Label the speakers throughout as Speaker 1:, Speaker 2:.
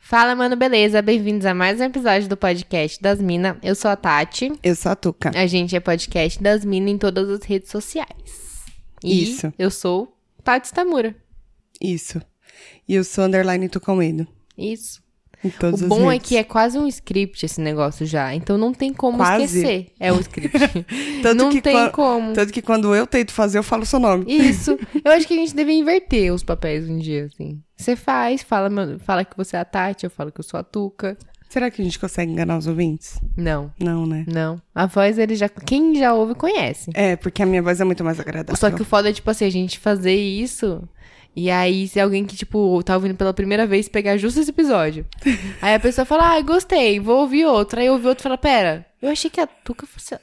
Speaker 1: Fala, mano, beleza? Bem-vindos a mais um episódio do podcast das Minas. Eu sou a Tati.
Speaker 2: Eu sou a Tuca.
Speaker 1: A gente é podcast das Minas em todas as redes sociais. E
Speaker 2: Isso.
Speaker 1: Eu sou Tati Tamura.
Speaker 2: Isso. E eu sou underline Tucalmedo.
Speaker 1: Isso.
Speaker 2: Em todas
Speaker 1: o
Speaker 2: as
Speaker 1: bom é
Speaker 2: redes.
Speaker 1: que é quase um script esse negócio já. Então não tem como
Speaker 2: Quase.
Speaker 1: esquecer. É o script.
Speaker 2: Tanto
Speaker 1: não
Speaker 2: que
Speaker 1: tem
Speaker 2: quan-
Speaker 1: como.
Speaker 2: Tanto que quando eu tento fazer, eu falo seu nome.
Speaker 1: Isso. Eu acho que a gente deve inverter os papéis um dia, assim. Você faz, fala, meu- fala que você é a Tati, eu falo que eu sou a Tuca.
Speaker 2: Será que a gente consegue enganar os ouvintes?
Speaker 1: Não,
Speaker 2: Não, né?
Speaker 1: não. A voz, ele já. Quem já ouve, conhece.
Speaker 2: É, porque a minha voz é muito mais agradável.
Speaker 1: Só que o foda é, tipo assim, a gente fazer isso. E aí, se alguém que, tipo, tá ouvindo pela primeira vez pegar justo esse episódio. Aí a pessoa fala, ai, gostei, vou ouvir outro. Aí ouve outro e fala, pera, eu achei que a Tuca fosse. A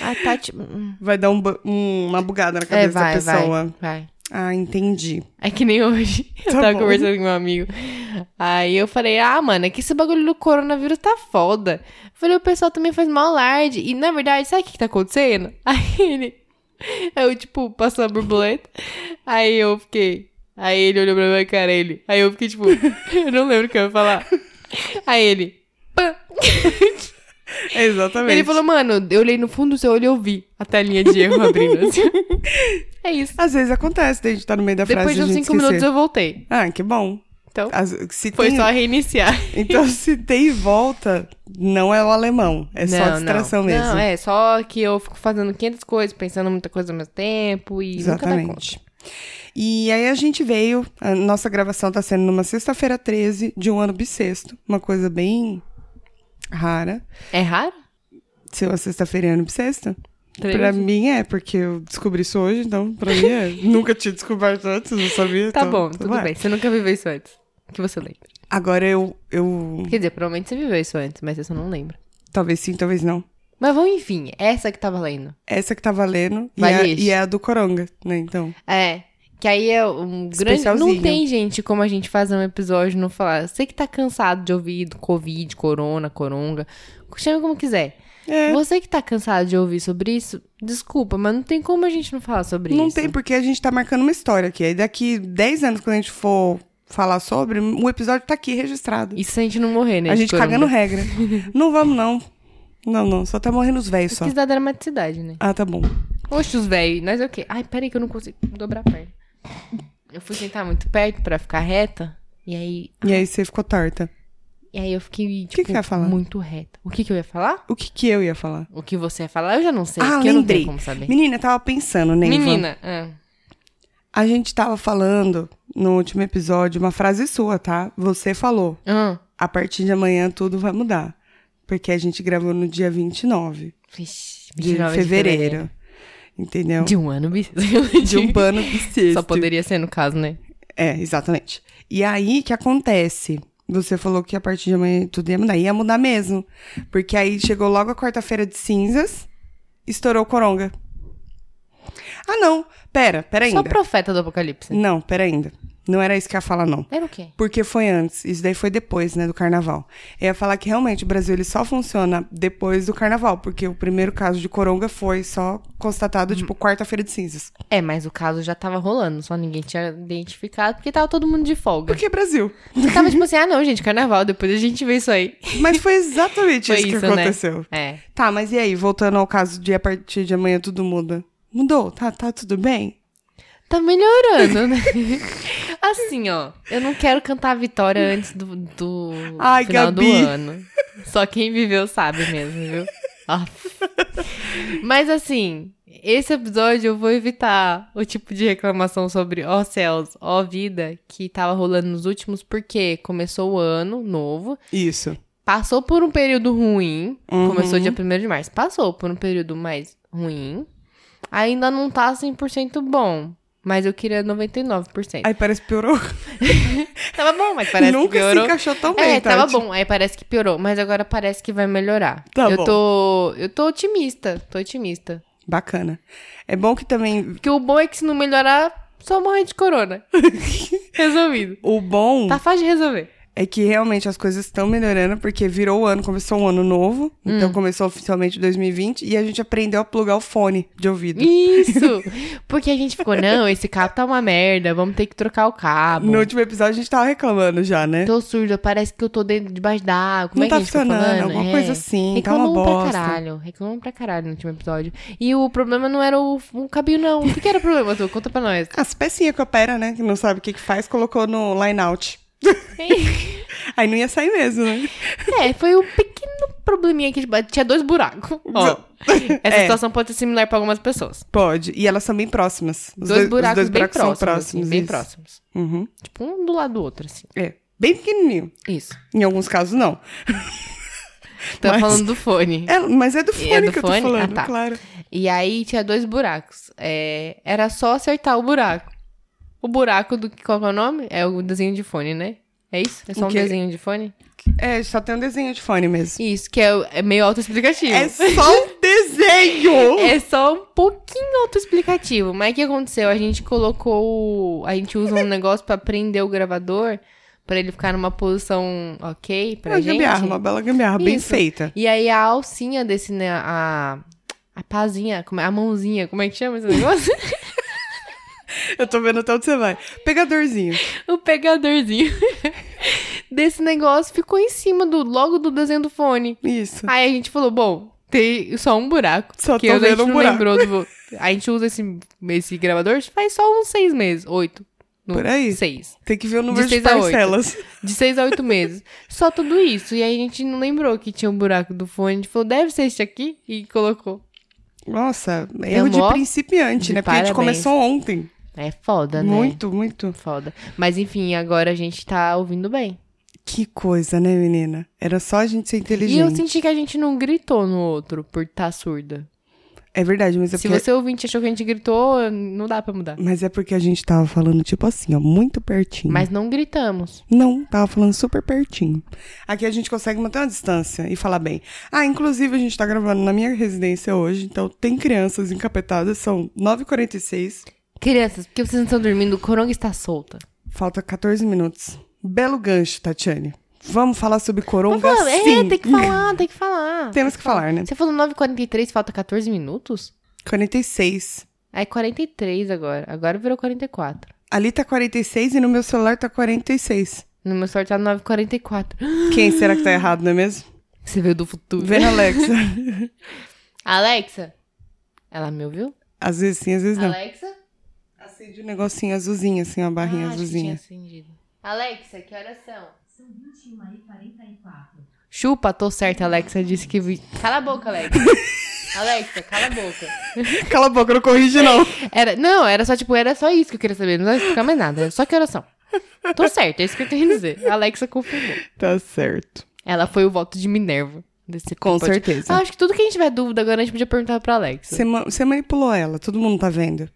Speaker 1: a Tati. hum,
Speaker 2: Vai dar um bu- um- uma bugada na
Speaker 1: É,
Speaker 2: cabeça
Speaker 1: vai,
Speaker 2: da pessoa.
Speaker 1: vai, vai.
Speaker 2: Ah, entendi.
Speaker 1: É que nem hoje. Eu
Speaker 2: Tá
Speaker 1: tava
Speaker 2: bom.
Speaker 1: conversando com um amigo. Aí eu falei, ah, mano, é que esse bagulho do coronavírus tá foda. Eu falei, o pessoal também faz mal alarde. E na verdade, sabe o que, que tá acontecendo? Aí ele. Eu, tipo, passou a borboleta. Aí eu fiquei. Aí ele olhou pra minha cara, ele. Aí eu fiquei, tipo, eu não lembro o que eu ia falar. Aí ele. Pã.
Speaker 2: Exatamente.
Speaker 1: Ele falou, mano, eu olhei no fundo do seu olho e eu vi a telinha de erro abrindo. assim. É isso.
Speaker 2: Às vezes acontece, daí a gente tá no meio da
Speaker 1: Depois
Speaker 2: frase
Speaker 1: de
Speaker 2: e a
Speaker 1: uns
Speaker 2: gente
Speaker 1: 5
Speaker 2: esquecer.
Speaker 1: minutos eu voltei.
Speaker 2: Ah, que bom.
Speaker 1: Então.
Speaker 2: As- se
Speaker 1: Foi
Speaker 2: tem- um-
Speaker 1: só reiniciar.
Speaker 2: Então, se tem volta, não é o alemão. É só distração
Speaker 1: não.
Speaker 2: mesmo.
Speaker 1: Não, é só que eu fico fazendo 500 coisas, pensando muita coisa ao mesmo tempo e nunca dá conta.
Speaker 2: Exatamente. E aí a gente veio, a nossa gravação tá sendo numa sexta-feira 13 de um ano bissexto, uma coisa bem rara.
Speaker 1: É raro?
Speaker 2: Se uma sexta-feira é ano bissexto?
Speaker 1: Três?
Speaker 2: Pra mim é, porque eu descobri isso hoje, então pra mim é. Nunca tinha descoberto antes, não sabia.
Speaker 1: Tá
Speaker 2: então,
Speaker 1: bom,
Speaker 2: então
Speaker 1: tudo
Speaker 2: vai.
Speaker 1: bem. Você nunca viveu isso antes. Que você lembra.
Speaker 2: Agora eu, eu
Speaker 1: Quer dizer, provavelmente você viveu isso antes, mas você só não lembra.
Speaker 2: talvez sim, talvez não.
Speaker 1: Mas vamos, enfim, essa que tá valendo.
Speaker 2: Essa que tá valendo e,
Speaker 1: Vale
Speaker 2: é,
Speaker 1: isso.
Speaker 2: e é a do Coronga, né? Então,
Speaker 1: É. Que aí é um grande. Não
Speaker 2: Especialzinho.
Speaker 1: tem, gente, como a gente fazer um episódio e não falar. Eu sei que tá cansado de ouvir do Covid, Corona, Coronga. Chama como quiser.
Speaker 2: é,
Speaker 1: Você que tá cansado de ouvir sobre isso, desculpa, mas não tem como a gente não falar sobre
Speaker 2: não
Speaker 1: isso.
Speaker 2: tem porque a gente tá marcando uma história aqui. Aí daqui 10 anos, quando a gente for falar sobre, o episódio tá aqui registrado.
Speaker 1: Isso se a gente não morrer, né?
Speaker 2: A gente
Speaker 1: Corona.
Speaker 2: cagando regra. não vamos, não. Não, não. Só tá morrendo os velhos só.
Speaker 1: Quis dar dramaticidade, né?
Speaker 2: Ah, tá bom.
Speaker 1: Oxe, os velhos. Nós é o quê? Ai, peraí que eu não consigo dobrar a perna. Eu fui sentar muito perto pra ficar reta. E aí,
Speaker 2: E aí você ficou torta.
Speaker 1: e aí eu fiquei, tipo,
Speaker 2: que que eu ia falar?
Speaker 1: muito reta. O que que eu ia falar?
Speaker 2: O que que eu ia falar?
Speaker 1: O que você ia falar, eu já não sei.
Speaker 2: Ah,
Speaker 1: porque eu não tenho
Speaker 2: lembrei.
Speaker 1: como saber.
Speaker 2: Menina, eu tava pensando, Neiva.
Speaker 1: Menina. ah,
Speaker 2: A gente tava falando no último episódio uma frase sua, tá? Você falou.
Speaker 1: ah,
Speaker 2: A partir de amanhã tudo vai mudar. Porque a gente gravou no dia 29
Speaker 1: Vixe,
Speaker 2: de
Speaker 1: 29
Speaker 2: fevereiro. Entendeu?
Speaker 1: De um ano, bicho.
Speaker 2: De um pano bissexto.
Speaker 1: Só poderia ser no caso, né?
Speaker 2: É, exatamente. E aí, o que acontece? Você falou que a partir de amanhã tudo ia mudar. Ia mudar mesmo. Porque aí chegou logo a quarta-feira de cinzas, estourou o coronga. Ah, não. Pera, pera ainda.
Speaker 1: Só profeta do apocalipse.
Speaker 2: Não, pera ainda. Não era isso que eu ia falar, não.
Speaker 1: Era o quê?
Speaker 2: Porque foi antes. Isso daí foi depois, né, do carnaval. Eu ia falar que realmente o Brasil ele só funciona depois do carnaval. Porque o primeiro caso de coronga foi só constatado, tipo, quarta-feira de cinzas.
Speaker 1: É, mas o caso já tava rolando, só ninguém tinha identificado, porque tava todo mundo de folga.
Speaker 2: Porque é Brasil.
Speaker 1: Eu tava tipo assim, ah não, gente, carnaval, depois a gente vê isso aí.
Speaker 2: Mas foi exatamente
Speaker 1: Foi
Speaker 2: isso que
Speaker 1: isso, né?
Speaker 2: aconteceu.
Speaker 1: É.
Speaker 2: Tá, mas e aí, voltando ao caso de a partir de amanhã tudo muda. Mudou, tá, tá tudo bem?
Speaker 1: Tá melhorando, né? assim, ó, eu não quero cantar a vitória antes do, do
Speaker 2: Ai,
Speaker 1: final
Speaker 2: Gabi.
Speaker 1: do ano. Só quem viveu sabe mesmo, viu? Aff. Mas assim, esse episódio eu vou evitar o tipo de reclamação sobre ó céus, ó vida, que tava rolando nos últimos, porque começou o ano novo,
Speaker 2: Isso.
Speaker 1: passou por um período ruim.
Speaker 2: Uhum.
Speaker 1: Começou dia 1 de março. Passou por um período mais ruim. Ainda não tá 100% bom. Mas eu queria 99%.
Speaker 2: Aí parece que piorou.
Speaker 1: Tava bom, mas parece
Speaker 2: Nunca
Speaker 1: que piorou.
Speaker 2: se encaixou tão bem,
Speaker 1: é,
Speaker 2: tá?
Speaker 1: tava
Speaker 2: Tipo,
Speaker 1: bom, aí parece que piorou, mas agora parece que vai melhorar.
Speaker 2: Tá
Speaker 1: eu
Speaker 2: bom.
Speaker 1: tô, eu tô otimista, tô otimista.
Speaker 2: Bacana. É bom que também.
Speaker 1: Porque o bom é que se não melhorar, só morrer de corona. Resolvido.
Speaker 2: O bom
Speaker 1: Tá fácil de resolver.
Speaker 2: é que realmente as coisas estão melhorando, porque virou o ano, começou um ano novo. Então
Speaker 1: Hum.
Speaker 2: começou oficialmente 2020 e a gente aprendeu a plugar o fone de ouvido.
Speaker 1: Isso! Porque a gente ficou, não, esse cabo tá uma merda, vamos ter que trocar o cabo.
Speaker 2: No último episódio a gente tava reclamando já, né?
Speaker 1: tá Tô surda, parece que eu tô dentro debaixo d'água. Como
Speaker 2: não
Speaker 1: é
Speaker 2: tá
Speaker 1: que a gente tá
Speaker 2: funcionando,
Speaker 1: falando?
Speaker 2: alguma
Speaker 1: É.
Speaker 2: coisa assim, tá uma
Speaker 1: Reclamou pra
Speaker 2: bosta.
Speaker 1: caralho, reclamou pra caralho no último episódio. E o problema não era o, o cabinho, não. O que, que era o problema, tu? Conta pra nós.
Speaker 2: As pecinhas que opera, né? Que não sabe o que, que faz, colocou no line out. Aí não ia sair mesmo, né?
Speaker 1: É, foi um pequeno probleminha que tipo, tinha dois buracos. Ó, essa
Speaker 2: É.
Speaker 1: situação pode ser similar pra algumas pessoas.
Speaker 2: Pode. E elas são bem próximas. Os
Speaker 1: Dois,
Speaker 2: os
Speaker 1: buracos
Speaker 2: dois
Speaker 1: bem
Speaker 2: buracos
Speaker 1: próximos, assim,
Speaker 2: são próximos.
Speaker 1: bem
Speaker 2: isso.
Speaker 1: próximos.
Speaker 2: Uhum.
Speaker 1: Tipo, um do lado do outro, assim.
Speaker 2: É. Bem pequenininho.
Speaker 1: Isso.
Speaker 2: Em alguns casos, não.
Speaker 1: Tá
Speaker 2: Mas-
Speaker 1: falando do fone.
Speaker 2: É, mas é do fone
Speaker 1: É do
Speaker 2: que eu
Speaker 1: fone?
Speaker 2: tô falando,
Speaker 1: Ah, tá.
Speaker 2: claro.
Speaker 1: E aí tinha dois buracos. É, era só acertar o buraco. O buraco do. Qual que é o nome? É o desenho de fone, né? É isso? É só
Speaker 2: O
Speaker 1: um
Speaker 2: quê?
Speaker 1: desenho de fone?
Speaker 2: É, só tem um desenho de fone mesmo.
Speaker 1: Isso, que é, é meio autoexplicativo.
Speaker 2: É só um desenho!
Speaker 1: É só um pouquinho autoexplicativo. Mas o que aconteceu? A gente colocou. o- A gente usa um negócio pra prender o gravador. Pra ele ficar numa posição ok pra
Speaker 2: uma
Speaker 1: gente.
Speaker 2: gambiarra, uma bela gambiarra, bem
Speaker 1: Isso.
Speaker 2: feita.
Speaker 1: E aí a alcinha desse, né? A. A pazinha, como é- a mãozinha, como é que chama esse negócio?
Speaker 2: Eu tô vendo até onde você vai. Pegadorzinho.
Speaker 1: o pegadorzinho desse negócio ficou em cima do logo do desenho do fone.
Speaker 2: Isso.
Speaker 1: Aí a gente falou, bom, tem só um buraco.
Speaker 2: Só
Speaker 1: que
Speaker 2: tô
Speaker 1: a gente
Speaker 2: vendo um
Speaker 1: não
Speaker 2: buraco.
Speaker 1: lembrou do. A gente usa esse, esse gravador faz só uns seis meses, oito. No-
Speaker 2: Por aí.
Speaker 1: Seis.
Speaker 2: Tem que ver o número de,
Speaker 1: seis a oito.
Speaker 2: parcelas.
Speaker 1: De seis a oito meses. Só tudo isso. E aí a gente não lembrou que tinha um buraco do fone. A gente falou, deve ser este aqui. E colocou.
Speaker 2: Nossa, erro de
Speaker 1: mó
Speaker 2: principiante,
Speaker 1: de
Speaker 2: né? Porque a gente
Speaker 1: parabéns.
Speaker 2: começou ontem.
Speaker 1: É foda, né?
Speaker 2: Muito, muito.
Speaker 1: Foda. Mas enfim, agora a gente tá ouvindo bem.
Speaker 2: Que coisa, né, menina? Era só a gente ser
Speaker 1: E eu
Speaker 2: inteligente.
Speaker 1: senti que a gente não gritou no outro por estar tá surda.
Speaker 2: É verdade, mas é
Speaker 1: Se
Speaker 2: porque...
Speaker 1: você ouvinte achou que a gente gritou, não dá pra mudar.
Speaker 2: Mas é porque a gente tava falando, tipo assim, ó, muito pertinho.
Speaker 1: Mas não gritamos.
Speaker 2: Não, tava falando super pertinho. Aqui a gente consegue manter uma distância e falar bem. Ah, inclusive a gente tá gravando na minha residência hoje, então tem crianças encapetadas, são 9h46,
Speaker 1: Crianças, porque vocês não estão dormindo, o coronga está solta.
Speaker 2: falta 14 minutos. Belo gancho, Tatiane. Vamos falar sobre coronga
Speaker 1: Fala,
Speaker 2: sim.
Speaker 1: é, tem que falar, tem que falar.
Speaker 2: Temos que falar, né?
Speaker 1: Você falou 9h43, falta 14 minutos?
Speaker 2: 46.
Speaker 1: Aí é 43 agora. Agora virou 44.
Speaker 2: Ali tá 46 e no meu celular tá 46.
Speaker 1: No meu sorteio tá 9h44.
Speaker 2: Quem será que tá errado, não é mesmo?
Speaker 1: Você veio do futuro.
Speaker 2: Vendo Alexa.
Speaker 1: Alexa! Ela me ouviu?
Speaker 2: Às vezes sim, às vezes não.
Speaker 1: Alexa?
Speaker 2: Acende um negocinho azulzinho, assim, uma barrinha
Speaker 1: Ah, acho que tinha
Speaker 2: azulzinha.
Speaker 1: acendido. Alexa, que horas são?
Speaker 3: São 21 e 44.
Speaker 1: Chupa, tô certa, Alexa disse que... vi- Cala a boca, Alexa. Alexa, cala a boca.
Speaker 2: Cala a boca, não corrige, não.
Speaker 1: Era, não, era só, tipo, era só isso que eu queria saber. Não vai explicar mais nada. era Só que horas são. Tô certa, é isso que eu tenho a dizer. Alexa confirmou.
Speaker 2: Tá certo.
Speaker 1: Ela foi o voto de Minerva. Desse
Speaker 2: Com
Speaker 1: episódio.
Speaker 2: certeza.
Speaker 1: Ah, acho que tudo que a gente tiver dúvida agora, a gente podia perguntar pra Alexa.
Speaker 2: Você, ma- você manipulou ela, todo mundo tá vendo.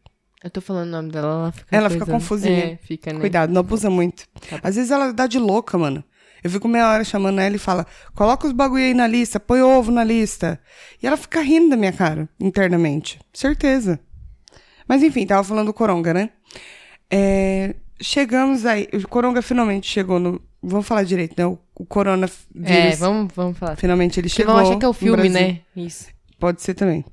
Speaker 1: Eu tô falando o nome dela, ela fica
Speaker 2: Ela fica
Speaker 1: coisando.
Speaker 2: confusinha.
Speaker 1: É, fica, né?
Speaker 2: Cuidado, não abusa muito.
Speaker 1: Tá bom.
Speaker 2: Às vezes ela dá de louca, mano. Eu fico meia hora chamando ela e fala: coloca os bagulho aí na lista, põe ovo na lista. E ela fica rindo da minha cara, internamente. Certeza. Mas enfim, tava falando do Coronga, né? É, chegamos aí. O Coronga finalmente chegou no. Vamos falar direito, né? O, o coronavírus.
Speaker 1: É, vamos, vamos falar.
Speaker 2: Finalmente ele
Speaker 1: Porque
Speaker 2: chegou.
Speaker 1: vão achar que é o
Speaker 2: no
Speaker 1: filme,
Speaker 2: Brasil.
Speaker 1: né? Isso.
Speaker 2: Pode ser também.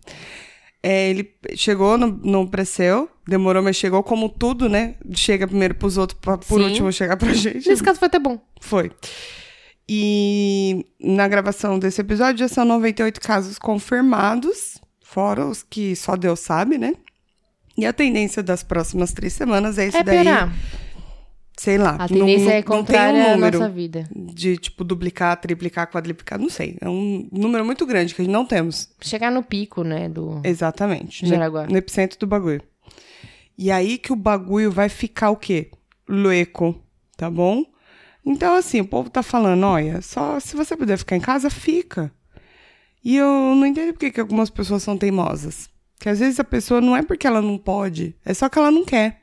Speaker 2: É, ele chegou no, no pré-sale, demorou, mas chegou como tudo, né? Chega primeiro pros outros, pra, por
Speaker 1: Sim.
Speaker 2: último chegar pra gente.
Speaker 1: Nesse caso foi até bom.
Speaker 2: Foi. E na gravação desse episódio já são 98 casos confirmados, fora os que só Deus sabe, né? E a tendência das próximas três semanas é isso
Speaker 1: é,
Speaker 2: daí.
Speaker 1: pera.
Speaker 2: Sei lá.
Speaker 1: A tendência
Speaker 2: não,
Speaker 1: é
Speaker 2: não- não tem
Speaker 1: contrária
Speaker 2: um
Speaker 1: à
Speaker 2: número
Speaker 1: nossa vida.
Speaker 2: de, tipo, duplicar, triplicar, quadriplicar, não sei. É um número muito grande que a gente não temos.
Speaker 1: Chegar no pico, né? Do...
Speaker 2: Exatamente. No-
Speaker 1: Jaraguá.
Speaker 2: No epicentro do bagulho. E aí que o bagulho vai ficar o quê? Lueco, tá bom? Então, assim, o povo tá falando, olha, só se você puder ficar em casa, fica. E eu não entendo por que que algumas pessoas são teimosas. Que às vezes a pessoa não é porque ela não pode, é só que ela não quer.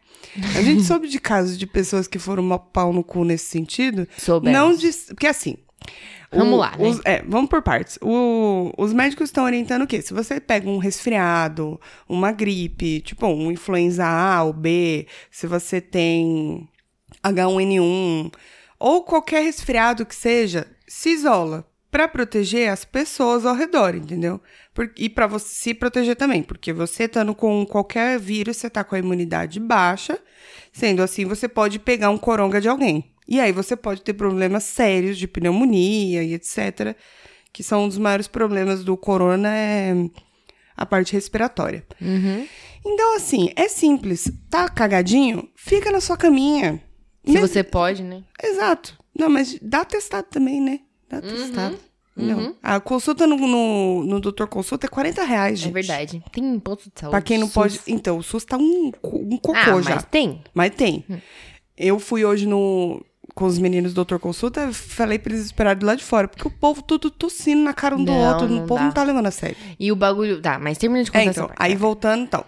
Speaker 2: A gente soube de casos de pessoas que foram uma pau no cu nesse sentido,
Speaker 1: Soubemos.
Speaker 2: não de, porque assim.
Speaker 1: Vamos lá, né?
Speaker 2: os- é, vamos por partes. O- os médicos estão orientando o quê? Se você pega um resfriado, uma gripe, tipo um um influenza A ou B, se você tem H1N1, ou qualquer resfriado que seja, se isola para proteger as pessoas ao redor, entendeu? Por- e para você se proteger também, porque você estando com qualquer vírus, você tá com a imunidade baixa, sendo assim, você pode pegar um coronga de alguém. E aí você pode ter problemas sérios de pneumonia e etc, que são um dos maiores problemas do corona é a parte respiratória.
Speaker 1: Uhum.
Speaker 2: Então assim, é simples. Tá cagadinho? Fica na sua caminha.
Speaker 1: Se
Speaker 2: Mesmo-
Speaker 1: você pode, né?
Speaker 2: Exato. Não, mas dá testado também, né? Dá testado. Não.
Speaker 1: uhum.
Speaker 2: A consulta no, no, no doutor consulta é 40 reais, gente.
Speaker 1: É verdade. Tem ponto de saúde.
Speaker 2: Pra quem não
Speaker 1: SUS.
Speaker 2: pode... Então, o SUS tá um, co- um cocô
Speaker 1: ah,
Speaker 2: já.
Speaker 1: mas Hum.
Speaker 2: Mas,
Speaker 1: tem.
Speaker 2: tem. Eu fui hoje no... Com os meninos do doutor consulta, falei pra eles esperarem lá de fora. Porque o povo tudo tossindo na cara um do
Speaker 1: Não,
Speaker 2: outro.
Speaker 1: não
Speaker 2: o povo
Speaker 1: dá.
Speaker 2: não tá levando a sério.
Speaker 1: E o bagulho... Tá, mas termina de contar
Speaker 2: É,
Speaker 1: essa
Speaker 2: então,
Speaker 1: parte.
Speaker 2: aí voltando, então.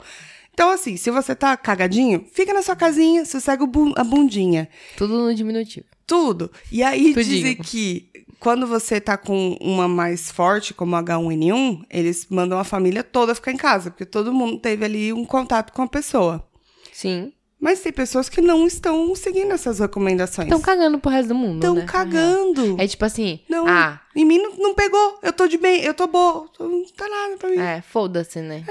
Speaker 2: Então, assim, se você tá cagadinho, fica na sua casinha, sossega o bu- a bundinha.
Speaker 1: Tudo no diminutivo.
Speaker 2: Tudo. E aí
Speaker 1: Tudinho.
Speaker 2: dizem que quando você tá com uma mais forte, como H1N1, eles mandam a família toda ficar em casa, porque todo mundo teve ali um contato com a pessoa.
Speaker 1: Sim.
Speaker 2: Mas tem pessoas que não estão seguindo essas recomendações.
Speaker 1: Estão cagando pro resto do mundo,
Speaker 2: Estão
Speaker 1: né? Na
Speaker 2: cagando.
Speaker 1: real. É tipo assim...
Speaker 2: Não,
Speaker 1: Ah,
Speaker 2: em mim não, não pegou. Eu tô de bem, eu tô boa. tô- Não tá nada pra mim.
Speaker 1: é, foda-se, né?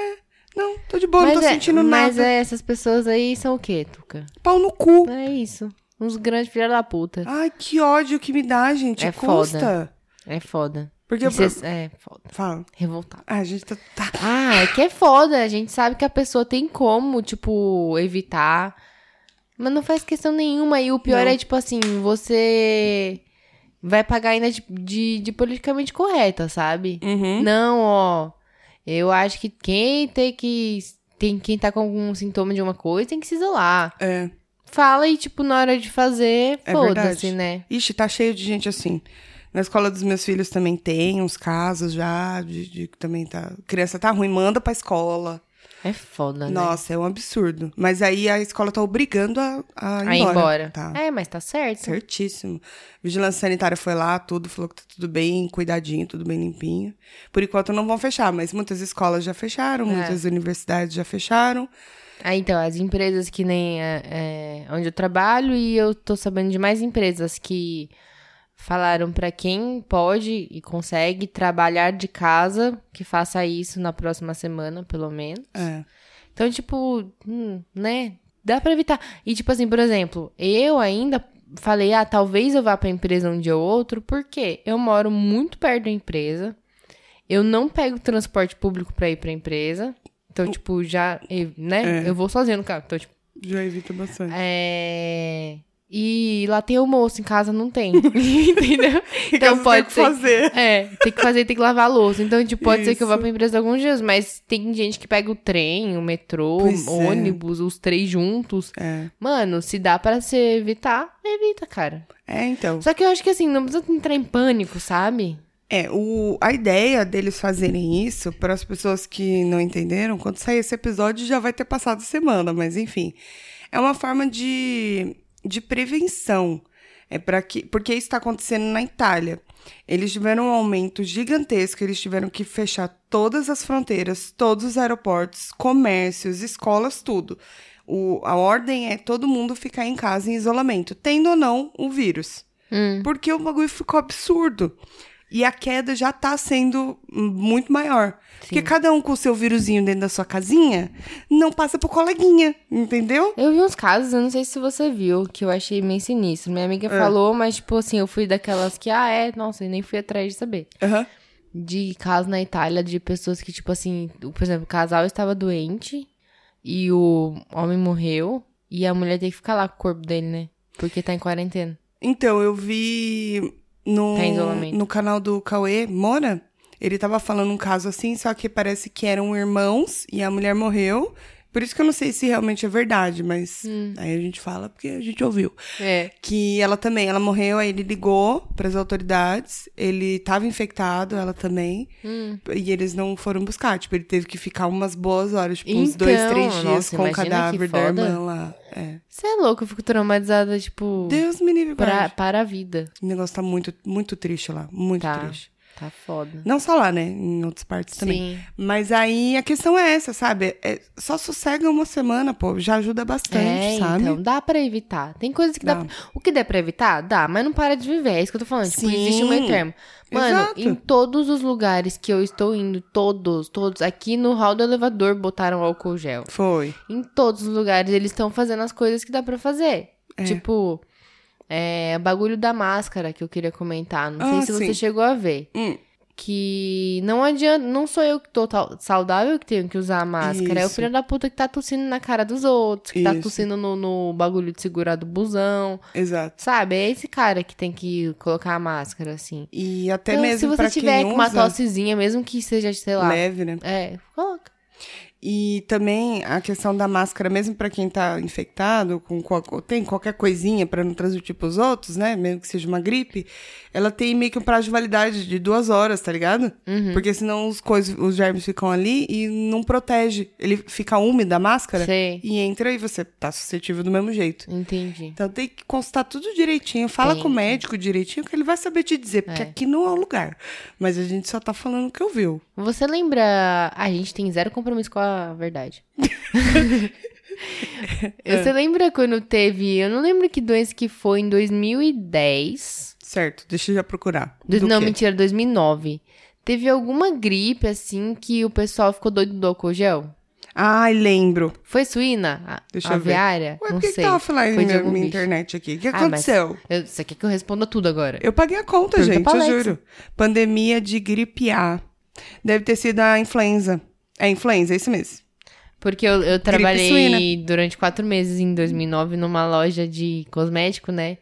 Speaker 2: Não, tô de boa, não tô
Speaker 1: é,
Speaker 2: sentindo
Speaker 1: mas
Speaker 2: nada.
Speaker 1: é, essas pessoas aí são o quê, Tuca?
Speaker 2: Pau no cu.
Speaker 1: É isso. Uns grandes filhos da puta.
Speaker 2: Ai, que ódio que me dá, gente.
Speaker 1: É
Speaker 2: Custa.
Speaker 1: foda. É foda.
Speaker 2: Porque eu.
Speaker 1: Isso é, é foda.
Speaker 2: Fala.
Speaker 1: Revoltado.
Speaker 2: Ah, a gente tá. tá.
Speaker 1: Ah, é que é foda. A gente sabe que a pessoa tem como, tipo, evitar. Mas não faz questão nenhuma. E o pior
Speaker 2: Não.
Speaker 1: é, tipo assim, você vai pagar ainda de, de- de politicamente correta, sabe?
Speaker 2: Uhum.
Speaker 1: Não, ó. Eu acho que quem tem que. Tem, quem tá com algum sintoma de uma coisa tem que se isolar.
Speaker 2: É.
Speaker 1: Fala e, tipo, na hora de fazer,
Speaker 2: É
Speaker 1: foda-se,
Speaker 2: verdade.
Speaker 1: né?
Speaker 2: Ixi, tá cheio de gente assim. Na escola dos meus filhos também tem uns casos já de, de que também tá. Criança tá ruim, manda pra escola.
Speaker 1: É foda, né?
Speaker 2: Nossa, é um absurdo. Mas aí a escola tá obrigando a, a ir
Speaker 1: Aí
Speaker 2: embora.
Speaker 1: embora.
Speaker 2: Tá.
Speaker 1: É, mas tá certo.
Speaker 2: Certíssimo. Vigilância sanitária foi lá, tudo, falou que tá tudo bem, cuidadinho, tudo bem limpinho. Por enquanto não vão fechar, mas muitas escolas já fecharam,
Speaker 1: É.
Speaker 2: muitas universidades já fecharam.
Speaker 1: Ah, então, as empresas que nem é, é, onde eu trabalho e eu tô sabendo de mais empresas que falaram pra quem pode e consegue trabalhar de casa, que faça isso na próxima semana, pelo menos.
Speaker 2: É.
Speaker 1: Então, tipo, hum, né? Dá pra evitar. E, tipo assim, por exemplo, eu ainda falei, ah, talvez eu vá pra empresa um dia ou outro, porque eu moro muito perto da empresa, eu não pego transporte público pra ir pra empresa, então, tipo, já, eh, né?
Speaker 2: É.
Speaker 1: Eu vou sozinha no carro, então, tipo,
Speaker 2: Já evita bastante.
Speaker 1: é... E lá tem almoço, em casa não tem, entendeu?
Speaker 2: Em
Speaker 1: Então
Speaker 2: casa tem
Speaker 1: pode
Speaker 2: o que
Speaker 1: ser.
Speaker 2: fazer.
Speaker 1: É, tem que fazer, tem que lavar a louça. Então, tipo, pode ser que eu vá
Speaker 2: Isso.
Speaker 1: pra empresa alguns dias, mas tem gente que pega o trem, o metrô,
Speaker 2: Pois é.
Speaker 1: o ônibus, os três juntos.
Speaker 2: É.
Speaker 1: Mano, se dá pra se evitar, evita, cara.
Speaker 2: É, então.
Speaker 1: Só que eu acho que assim, não precisa entrar em pânico, sabe?
Speaker 2: É, o, a ideia deles fazerem isso, para as pessoas que não entenderam, quando sair esse episódio já vai ter passado a semana, mas enfim. É uma forma de, de prevenção. É para que. Porque isso está acontecendo na Itália. Eles tiveram um aumento gigantesco, eles tiveram que fechar todas as fronteiras, todos os aeroportos, comércios, escolas, tudo. O, a ordem é todo mundo ficar em casa em isolamento, tendo ou não o vírus.
Speaker 1: Uhum.
Speaker 2: Porque o bagulho ficou absurdo. E a queda já tá sendo muito maior. Porque cada um com o seu vírusinho dentro da sua casinha não passa pro coleguinha, entendeu?
Speaker 1: Eu vi uns casos, eu não sei se você viu, que eu achei meio sinistro. Minha
Speaker 2: É.
Speaker 1: amiga falou, mas, tipo assim, eu fui daquelas que, ah, é, nossa, eu nem fui atrás de saber.
Speaker 2: Aham.
Speaker 1: de casos na Itália de pessoas que, tipo assim, o- por exemplo, o casal estava doente e o homem morreu e a mulher tem que ficar lá com o corpo dele, né? Porque tá em quarentena.
Speaker 2: Então, eu vi no,
Speaker 1: Tá em isolamento.
Speaker 2: no canal do Cauê Mora, ele tava falando um caso assim, só que parece que eram irmãos e a mulher morreu. Por isso que eu não sei se realmente é verdade, mas
Speaker 1: Hum.
Speaker 2: aí a gente fala porque a gente ouviu.
Speaker 1: É.
Speaker 2: que ela também, ela morreu, aí ele ligou para as autoridades, ele tava infectado, ela também,
Speaker 1: Hum.
Speaker 2: e eles não foram buscar, tipo, ele teve que ficar umas boas horas, tipo, uns
Speaker 1: Então,
Speaker 2: dois, três dias
Speaker 1: nossa,
Speaker 2: com o
Speaker 1: imagina que
Speaker 2: cadáver da
Speaker 1: foda.
Speaker 2: irmã lá. É.
Speaker 1: Você é louco, eu fico traumatizada, tipo,
Speaker 2: Deus me livre,
Speaker 1: pra,
Speaker 2: guarde.
Speaker 1: para a vida.
Speaker 2: O negócio tá muito, muito triste lá, muito
Speaker 1: Tá.
Speaker 2: triste.
Speaker 1: Tá foda.
Speaker 2: Não só lá, né? Em outras partes também.
Speaker 1: Sim.
Speaker 2: Mas aí a questão é essa, sabe? É- só sossega uma semana, pô, já ajuda bastante,
Speaker 1: É,
Speaker 2: sabe?
Speaker 1: então, dá pra evitar. Tem coisas que dá.
Speaker 2: Dá.
Speaker 1: pra- O que der pra evitar, dá, mas não para de viver. É isso que eu tô falando. Tipo, existe um meio
Speaker 2: Sim.
Speaker 1: termo. Mano,
Speaker 2: Exato.
Speaker 1: em todos os lugares que eu estou indo, todos, todos, aqui no hall do elevador botaram álcool gel.
Speaker 2: Foi.
Speaker 1: Em todos os lugares eles estão fazendo as coisas que dá pra fazer.
Speaker 2: É.
Speaker 1: Tipo, é, bagulho da máscara que eu queria comentar. Não sei
Speaker 2: Ah,
Speaker 1: se você
Speaker 2: sim.
Speaker 1: chegou a ver.
Speaker 2: Hum.
Speaker 1: Que não adianta, não sou eu que tô tal- saudável que tenho que usar a máscara. É o
Speaker 2: Isso.
Speaker 1: filho da puta que tá tossindo na cara dos outros, que tá
Speaker 2: Isso.
Speaker 1: tossindo no, no bagulho de segurar do busão.
Speaker 2: Exato.
Speaker 1: Sabe? É esse cara que tem que colocar a máscara, assim.
Speaker 2: E até
Speaker 1: Então,
Speaker 2: mesmo
Speaker 1: se você
Speaker 2: pra
Speaker 1: tiver
Speaker 2: quem
Speaker 1: com uma
Speaker 2: usa,
Speaker 1: tossezinha, mesmo que seja, sei lá.
Speaker 2: leve, né?
Speaker 1: É, coloca.
Speaker 2: E também a questão da máscara, mesmo pra quem tá infectado, com qual- tem qualquer coisinha pra não transmitir pros outros, né? Mesmo que seja uma gripe, ela tem meio que um prazo de validade de duas horas, tá ligado? Porque senão os, coisas, os germes ficam ali e não protege. Ele fica úmido a máscara
Speaker 1: Sei.
Speaker 2: e entra e você tá suscetível do mesmo jeito.
Speaker 1: Entendi.
Speaker 2: Então tem que constar tudo direitinho. Fala
Speaker 1: Tem.
Speaker 2: com o médico direitinho que ele vai saber te dizer, porque aqui não é o lugar. Mas a gente só tá falando o que ouviu.
Speaker 1: Você lembra. "Ah, A gente tem zero compromisso com a verdade.
Speaker 2: É.
Speaker 1: Você lembra quando teve. Eu não lembro que doença que foi em 2010.
Speaker 2: Certo, deixa eu já procurar.
Speaker 1: Dois-
Speaker 2: Do
Speaker 1: não,
Speaker 2: quê?
Speaker 1: mentira, 2009. Teve alguma gripe, assim, que o pessoal ficou doido do álcool gel?
Speaker 2: Ai, lembro.
Speaker 1: Foi suína? A,
Speaker 2: Deixa eu ver.
Speaker 1: aviária?
Speaker 2: Ué,
Speaker 1: não
Speaker 2: por que, que
Speaker 1: sei.
Speaker 2: tá offline
Speaker 1: Foi de
Speaker 2: minha,
Speaker 1: algum
Speaker 2: minha
Speaker 1: bicho.
Speaker 2: internet aqui? O que
Speaker 1: Ah, mas-
Speaker 2: aconteceu?
Speaker 1: Eu- você quer que eu responda tudo agora?
Speaker 2: Eu paguei a conta,
Speaker 1: Pergunta
Speaker 2: gente,
Speaker 1: pra
Speaker 2: eu
Speaker 1: Alexa.
Speaker 2: juro. Pandemia de gripe A. Deve ter sido a influenza. É influenza, é isso mesmo.
Speaker 1: Porque eu, eu trabalhei
Speaker 2: suína.
Speaker 1: durante quatro meses em 2009 numa loja de cosmético, né?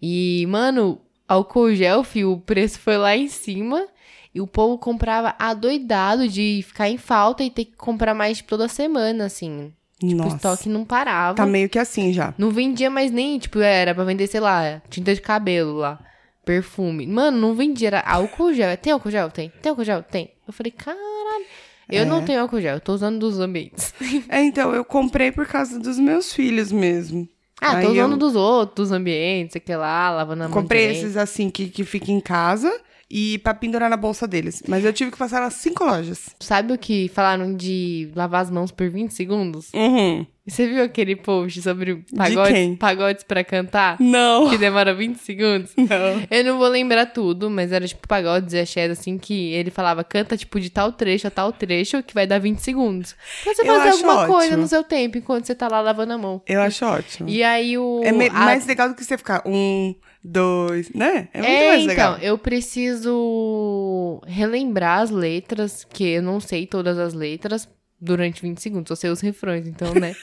Speaker 1: E, mano, álcool gel, fio, o preço foi lá em cima. E o povo comprava adoidado de ficar em falta e ter que comprar mais tipo, toda semana, assim. O
Speaker 2: Nossa,
Speaker 1: estoque não parava.
Speaker 2: tá meio que assim já.
Speaker 1: Não vendia mais nem, tipo, era pra vender, sei lá, tinta de cabelo lá. Perfume. Mano, não vendia, era álcool gel. Tem álcool gel? Tem. Tem álcool gel? Tem. Eu falei, caralho. Eu
Speaker 2: É.
Speaker 1: não tenho álcool gel, eu tô usando dos ambientes.
Speaker 2: É, então, eu comprei por causa dos meus filhos mesmo.
Speaker 1: Ah,
Speaker 2: Aí
Speaker 1: tô usando
Speaker 2: eu
Speaker 1: dos outros, dos ambientes, sei que lá, lavando a mão
Speaker 2: Comprei
Speaker 1: direito.
Speaker 2: esses assim que, que fica em casa e pra pendurar na bolsa deles. Mas eu tive que passar nas cinco lojas.
Speaker 1: Sabe o que falaram de lavar as mãos por 20 segundos?
Speaker 2: Uhum.
Speaker 1: Você viu aquele post sobre pagodes,
Speaker 2: quem?
Speaker 1: pagodes pra cantar?
Speaker 2: Não.
Speaker 1: Que demora 20 segundos?
Speaker 2: Não.
Speaker 1: Eu não vou lembrar tudo, mas era tipo pagodes e axés, assim, que ele falava, canta tipo de tal trecho a tal trecho, que vai dar 20 segundos. Pra você
Speaker 2: Eu
Speaker 1: fazer
Speaker 2: acho
Speaker 1: alguma coisa
Speaker 2: ótimo.
Speaker 1: no seu tempo, enquanto você tá lá lavando a mão.
Speaker 2: Eu acho ótimo.
Speaker 1: E aí o...
Speaker 2: É me-
Speaker 1: Tipo, a-
Speaker 2: mais legal do que você ficar um, dois, né? É muito
Speaker 1: É,
Speaker 2: mais
Speaker 1: então,
Speaker 2: legal.
Speaker 1: eu preciso relembrar as letras, que eu não sei todas as letras durante 20 segundos, eu sei os refrões, então, né?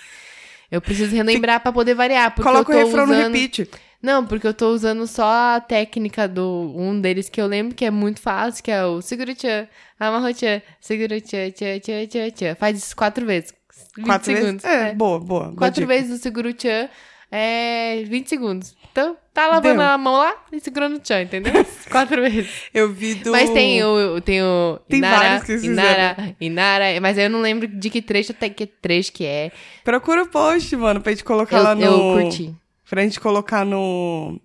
Speaker 1: Eu preciso relembrar pra poder variar, porque
Speaker 2: Coloca o
Speaker 1: eu tô
Speaker 2: refrão no
Speaker 1: usando...
Speaker 2: repeat.
Speaker 1: Não, porque eu tô usando só a técnica do um deles que eu lembro que é muito fácil, que é o segura tchan, amarro tchan, segura tchan, tchan, tchan, tchan, tchan. Faz isso quatro vezes. 20
Speaker 2: Quatro
Speaker 1: segundos.
Speaker 2: vezes. É,
Speaker 1: é.
Speaker 2: boa, boa. boa
Speaker 1: Quatro
Speaker 2: dica.
Speaker 1: vezes o seguro tchan é 20 segundos. Então, tá lavando
Speaker 2: Deu.
Speaker 1: a mão lá e segurando o tchan, entendeu? Quatro vezes.
Speaker 2: Eu vi do.
Speaker 1: Mas tem o. Tem o.
Speaker 2: Tem
Speaker 1: Inara,
Speaker 2: vários que eles
Speaker 1: Inara, Inara. Mas aí eu não lembro de que trecho até que trecho que é.
Speaker 2: Procura o post, mano, pra gente colocar
Speaker 1: Eu,
Speaker 2: lá no.
Speaker 1: eu curti.
Speaker 2: Pra gente colocar no.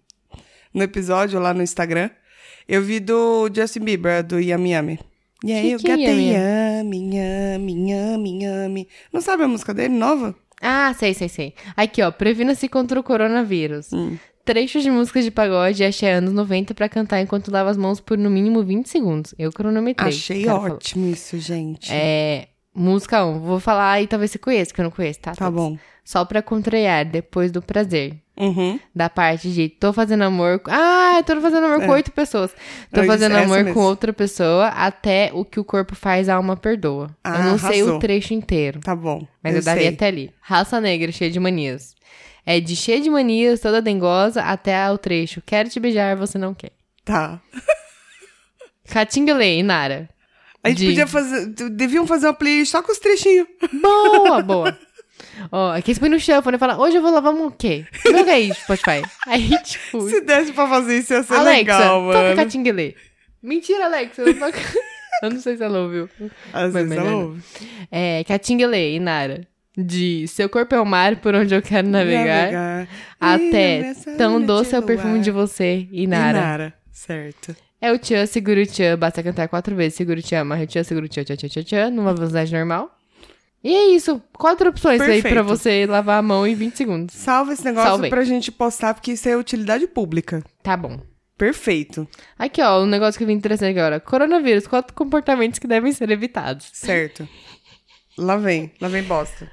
Speaker 2: No episódio lá no Instagram. Eu vi do Justin Bieber, do Yami Yami. E aí,
Speaker 1: Que
Speaker 2: eu
Speaker 1: que é
Speaker 2: gatei
Speaker 1: Yami?
Speaker 2: Yami, Yami, Yami, Yami. Não sabe a música dele, nova?
Speaker 1: Ah, sei, sei, sei. Aqui, ó, previna-se contra o coronavírus.
Speaker 2: Hum.
Speaker 1: Trechos de músicas de pagode e axé anos 90 pra cantar enquanto lava as mãos por no mínimo 20 segundos. Eu cronometrei.
Speaker 2: Achei
Speaker 1: cara falou.
Speaker 2: ótimo isso, gente.
Speaker 1: É, música 1. Vou falar e talvez você conheça, que eu não conheço, tá?
Speaker 2: Tá bom.
Speaker 1: Só pra contrariar, depois do prazer.
Speaker 2: Uhum.
Speaker 1: Da parte de tô fazendo amor. com- Ah, eu tô fazendo amor
Speaker 2: É.
Speaker 1: com oito pessoas. Tô
Speaker 2: Eu disse
Speaker 1: fazendo
Speaker 2: essa
Speaker 1: amor com
Speaker 2: mesmo.
Speaker 1: outra pessoa até o que o corpo faz, a alma perdoa. eu
Speaker 2: Ah,
Speaker 1: não sei o
Speaker 2: arrasou.
Speaker 1: trecho inteiro.
Speaker 2: Tá bom.
Speaker 1: Mas eu, daria até ali. Raça negra, cheia de manias. É de cheia de manias, toda dengosa, até o trecho. Quero te beijar, você não quer.
Speaker 2: Tá.
Speaker 1: Catinguele, Nara.
Speaker 2: A gente
Speaker 1: De-
Speaker 2: podia fazer. Deviam fazer uma playlist só com os trechinhos.
Speaker 1: Boa, boa. Ó, aqui você põe no shuffle, né? Fala, hoje eu vou lavar um quê? Joga aí, Spotify. Aí, tipo...
Speaker 2: Se desse pra fazer isso, ia ser
Speaker 1: Alexa,
Speaker 2: legal,
Speaker 1: toca
Speaker 2: mano.
Speaker 1: Catinguele. Mentira, Alexa. Eu não, toco... eu não sei se ela ouviu. Mas
Speaker 2: Às vezes
Speaker 1: melhor né?
Speaker 2: ela
Speaker 1: não.
Speaker 2: ouve.
Speaker 1: É, Catinguele, Nara. De seu corpo é o mar por onde eu quero navegar. Até
Speaker 2: Ih, nessa
Speaker 1: tão
Speaker 2: noite
Speaker 1: doce é o
Speaker 2: do
Speaker 1: perfume
Speaker 2: ar.
Speaker 1: de você,
Speaker 2: E
Speaker 1: Inara.
Speaker 2: Nara, certo.
Speaker 1: É o tchan, segura o tchan, basta cantar quatro vezes, segura o tchan, amarra o tchan, segura o tchan, tchan, tchan, tchan, tchan, numa velocidade normal. E é isso, quatro opções aí pra
Speaker 2: Perfeito.
Speaker 1: você lavar a mão em 20 segundos.
Speaker 2: Salva esse negócio
Speaker 1: Salvei.
Speaker 2: pra gente postar, porque isso é utilidade pública.
Speaker 1: Tá bom.
Speaker 2: Perfeito.
Speaker 1: Aqui, ó, um negócio que eu vi interessante agora. Coronavírus, quatro comportamentos que devem ser evitados.
Speaker 2: Certo. lá vem, lá vem bosta.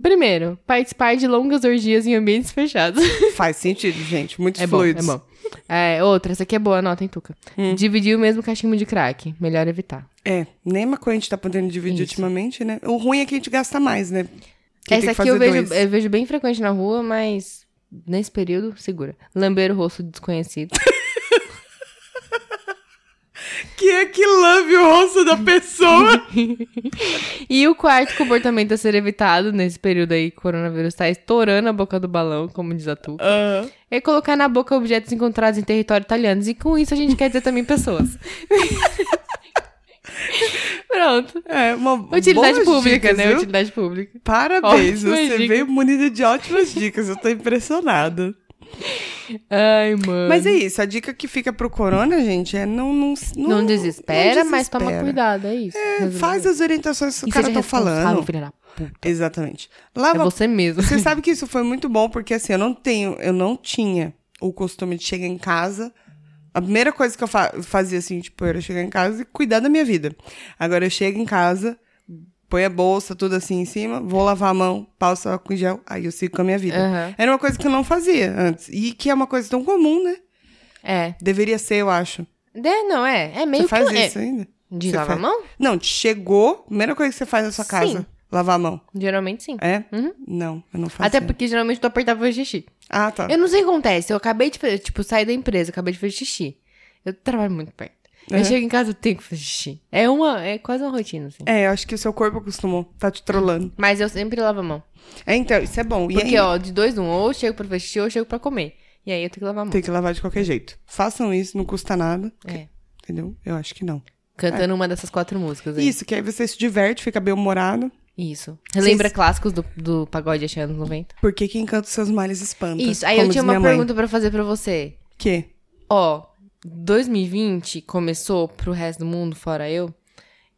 Speaker 1: Primeiro, participar de longas orgias em ambientes fechados.
Speaker 2: Faz sentido, gente. Muitos
Speaker 1: É bom, é
Speaker 2: fluidos.
Speaker 1: bom. É, outra, essa aqui é boa, anota, hein, Tuca.
Speaker 2: Hum.
Speaker 1: Dividir o mesmo cachimbo de crack, melhor evitar.
Speaker 2: É, nem maconha a gente tá podendo dividir
Speaker 1: Isso.
Speaker 2: ultimamente, né? O ruim é que a gente gasta mais, né? Que tem que
Speaker 1: essa aqui
Speaker 2: fazer
Speaker 1: eu vejo, é
Speaker 2: dois.
Speaker 1: eu vejo bem frequente na rua, mas nesse período, segura. Lamber o rosto do desconhecido.
Speaker 2: Que é que love o rosto da pessoa?
Speaker 1: E o quarto comportamento a ser evitado nesse período aí que o coronavírus tá estourando a boca do balão, como diz a Tuca,
Speaker 2: Ah.
Speaker 1: é colocar na boca objetos encontrados em território italiano. E com isso a gente quer dizer também pessoas. Pronto.
Speaker 2: É, uma
Speaker 1: Utilidade
Speaker 2: boas
Speaker 1: pública,
Speaker 2: dicas,
Speaker 1: né?
Speaker 2: viu?
Speaker 1: Utilidade pública.
Speaker 2: Parabéns,
Speaker 1: Ótimas
Speaker 2: você
Speaker 1: dicas.
Speaker 2: veio munido de ótimas dicas, eu tô impressionada.
Speaker 1: Ai, mano.
Speaker 2: Mas é isso, a dica que fica pro corona, gente, é não... Não, não,
Speaker 1: Não desespera,
Speaker 2: não
Speaker 1: mas toma
Speaker 2: desespera.
Speaker 1: cuidado, é isso.
Speaker 2: É, faz as orientações que o
Speaker 1: E
Speaker 2: cara
Speaker 1: seja
Speaker 2: tá
Speaker 1: responsável,
Speaker 2: falando.
Speaker 1: filha da puta.
Speaker 2: Exatamente.
Speaker 1: É
Speaker 2: Lava...
Speaker 1: você mesmo.
Speaker 2: Você sabe que isso foi muito bom, porque assim, eu não tenho, eu não tinha o costume de chegar em casa. A primeira coisa que eu fa- fazia, assim, tipo, era chegar em casa e cuidar da minha vida. Agora eu chego em casa, põe a bolsa, tudo assim em cima, vou lavar a mão, passo álcool em gel, aí eu sigo com a minha vida.
Speaker 1: Aham.
Speaker 2: Era uma coisa que eu não fazia antes. E que é uma coisa tão comum, né?
Speaker 1: É.
Speaker 2: Deveria ser, eu acho.
Speaker 1: É, não, é. É meio
Speaker 2: você faz
Speaker 1: que. é-
Speaker 2: isso ainda?
Speaker 1: De
Speaker 2: Você
Speaker 1: lavar a
Speaker 2: faz?
Speaker 1: mão?
Speaker 2: Não, chegou, primeira coisa que você faz na sua casa,
Speaker 1: Sim.
Speaker 2: lavar a mão.
Speaker 1: Geralmente sim.
Speaker 2: É?
Speaker 1: Uhum.
Speaker 2: Não, eu não faço.
Speaker 1: Até porque geralmente tu apertava o xixi.
Speaker 2: Ah, tá.
Speaker 1: Eu não sei o que acontece. Eu acabei de fazer, tipo, saí da empresa, acabei de fazer xixi. Eu trabalho muito perto. Eu
Speaker 2: Uhum.
Speaker 1: chego em casa, eu tenho que fazer xixi. É uma, é quase uma rotina, assim.
Speaker 2: É, eu acho que o seu corpo acostumou, tá te trolando.
Speaker 1: Mas eu sempre lavo a mão.
Speaker 2: É, então, isso é bom. E
Speaker 1: Porque,
Speaker 2: aí,
Speaker 1: ó, de dois, um, ou eu chego pra fazer xixi, ou eu chego pra comer. E aí eu tenho que lavar a mão.
Speaker 2: tem que lavar de qualquer jeito. Façam isso, não custa nada,
Speaker 1: É.
Speaker 2: entendeu? Eu acho que não.
Speaker 1: Cantando uma dessas quatro músicas aí.
Speaker 2: Isso, que aí você se diverte, fica bem humorado,
Speaker 1: Isso. Lembra clássicos do, do pagode achei anos 90?
Speaker 2: porque quem canta os seus males espanta.
Speaker 1: Isso. Aí
Speaker 2: como
Speaker 1: eu tinha
Speaker 2: diz
Speaker 1: uma
Speaker 2: minha mãe.
Speaker 1: pergunta pra fazer pra você.
Speaker 2: Que?
Speaker 1: Ó, 2020 começou pro resto do mundo, fora eu,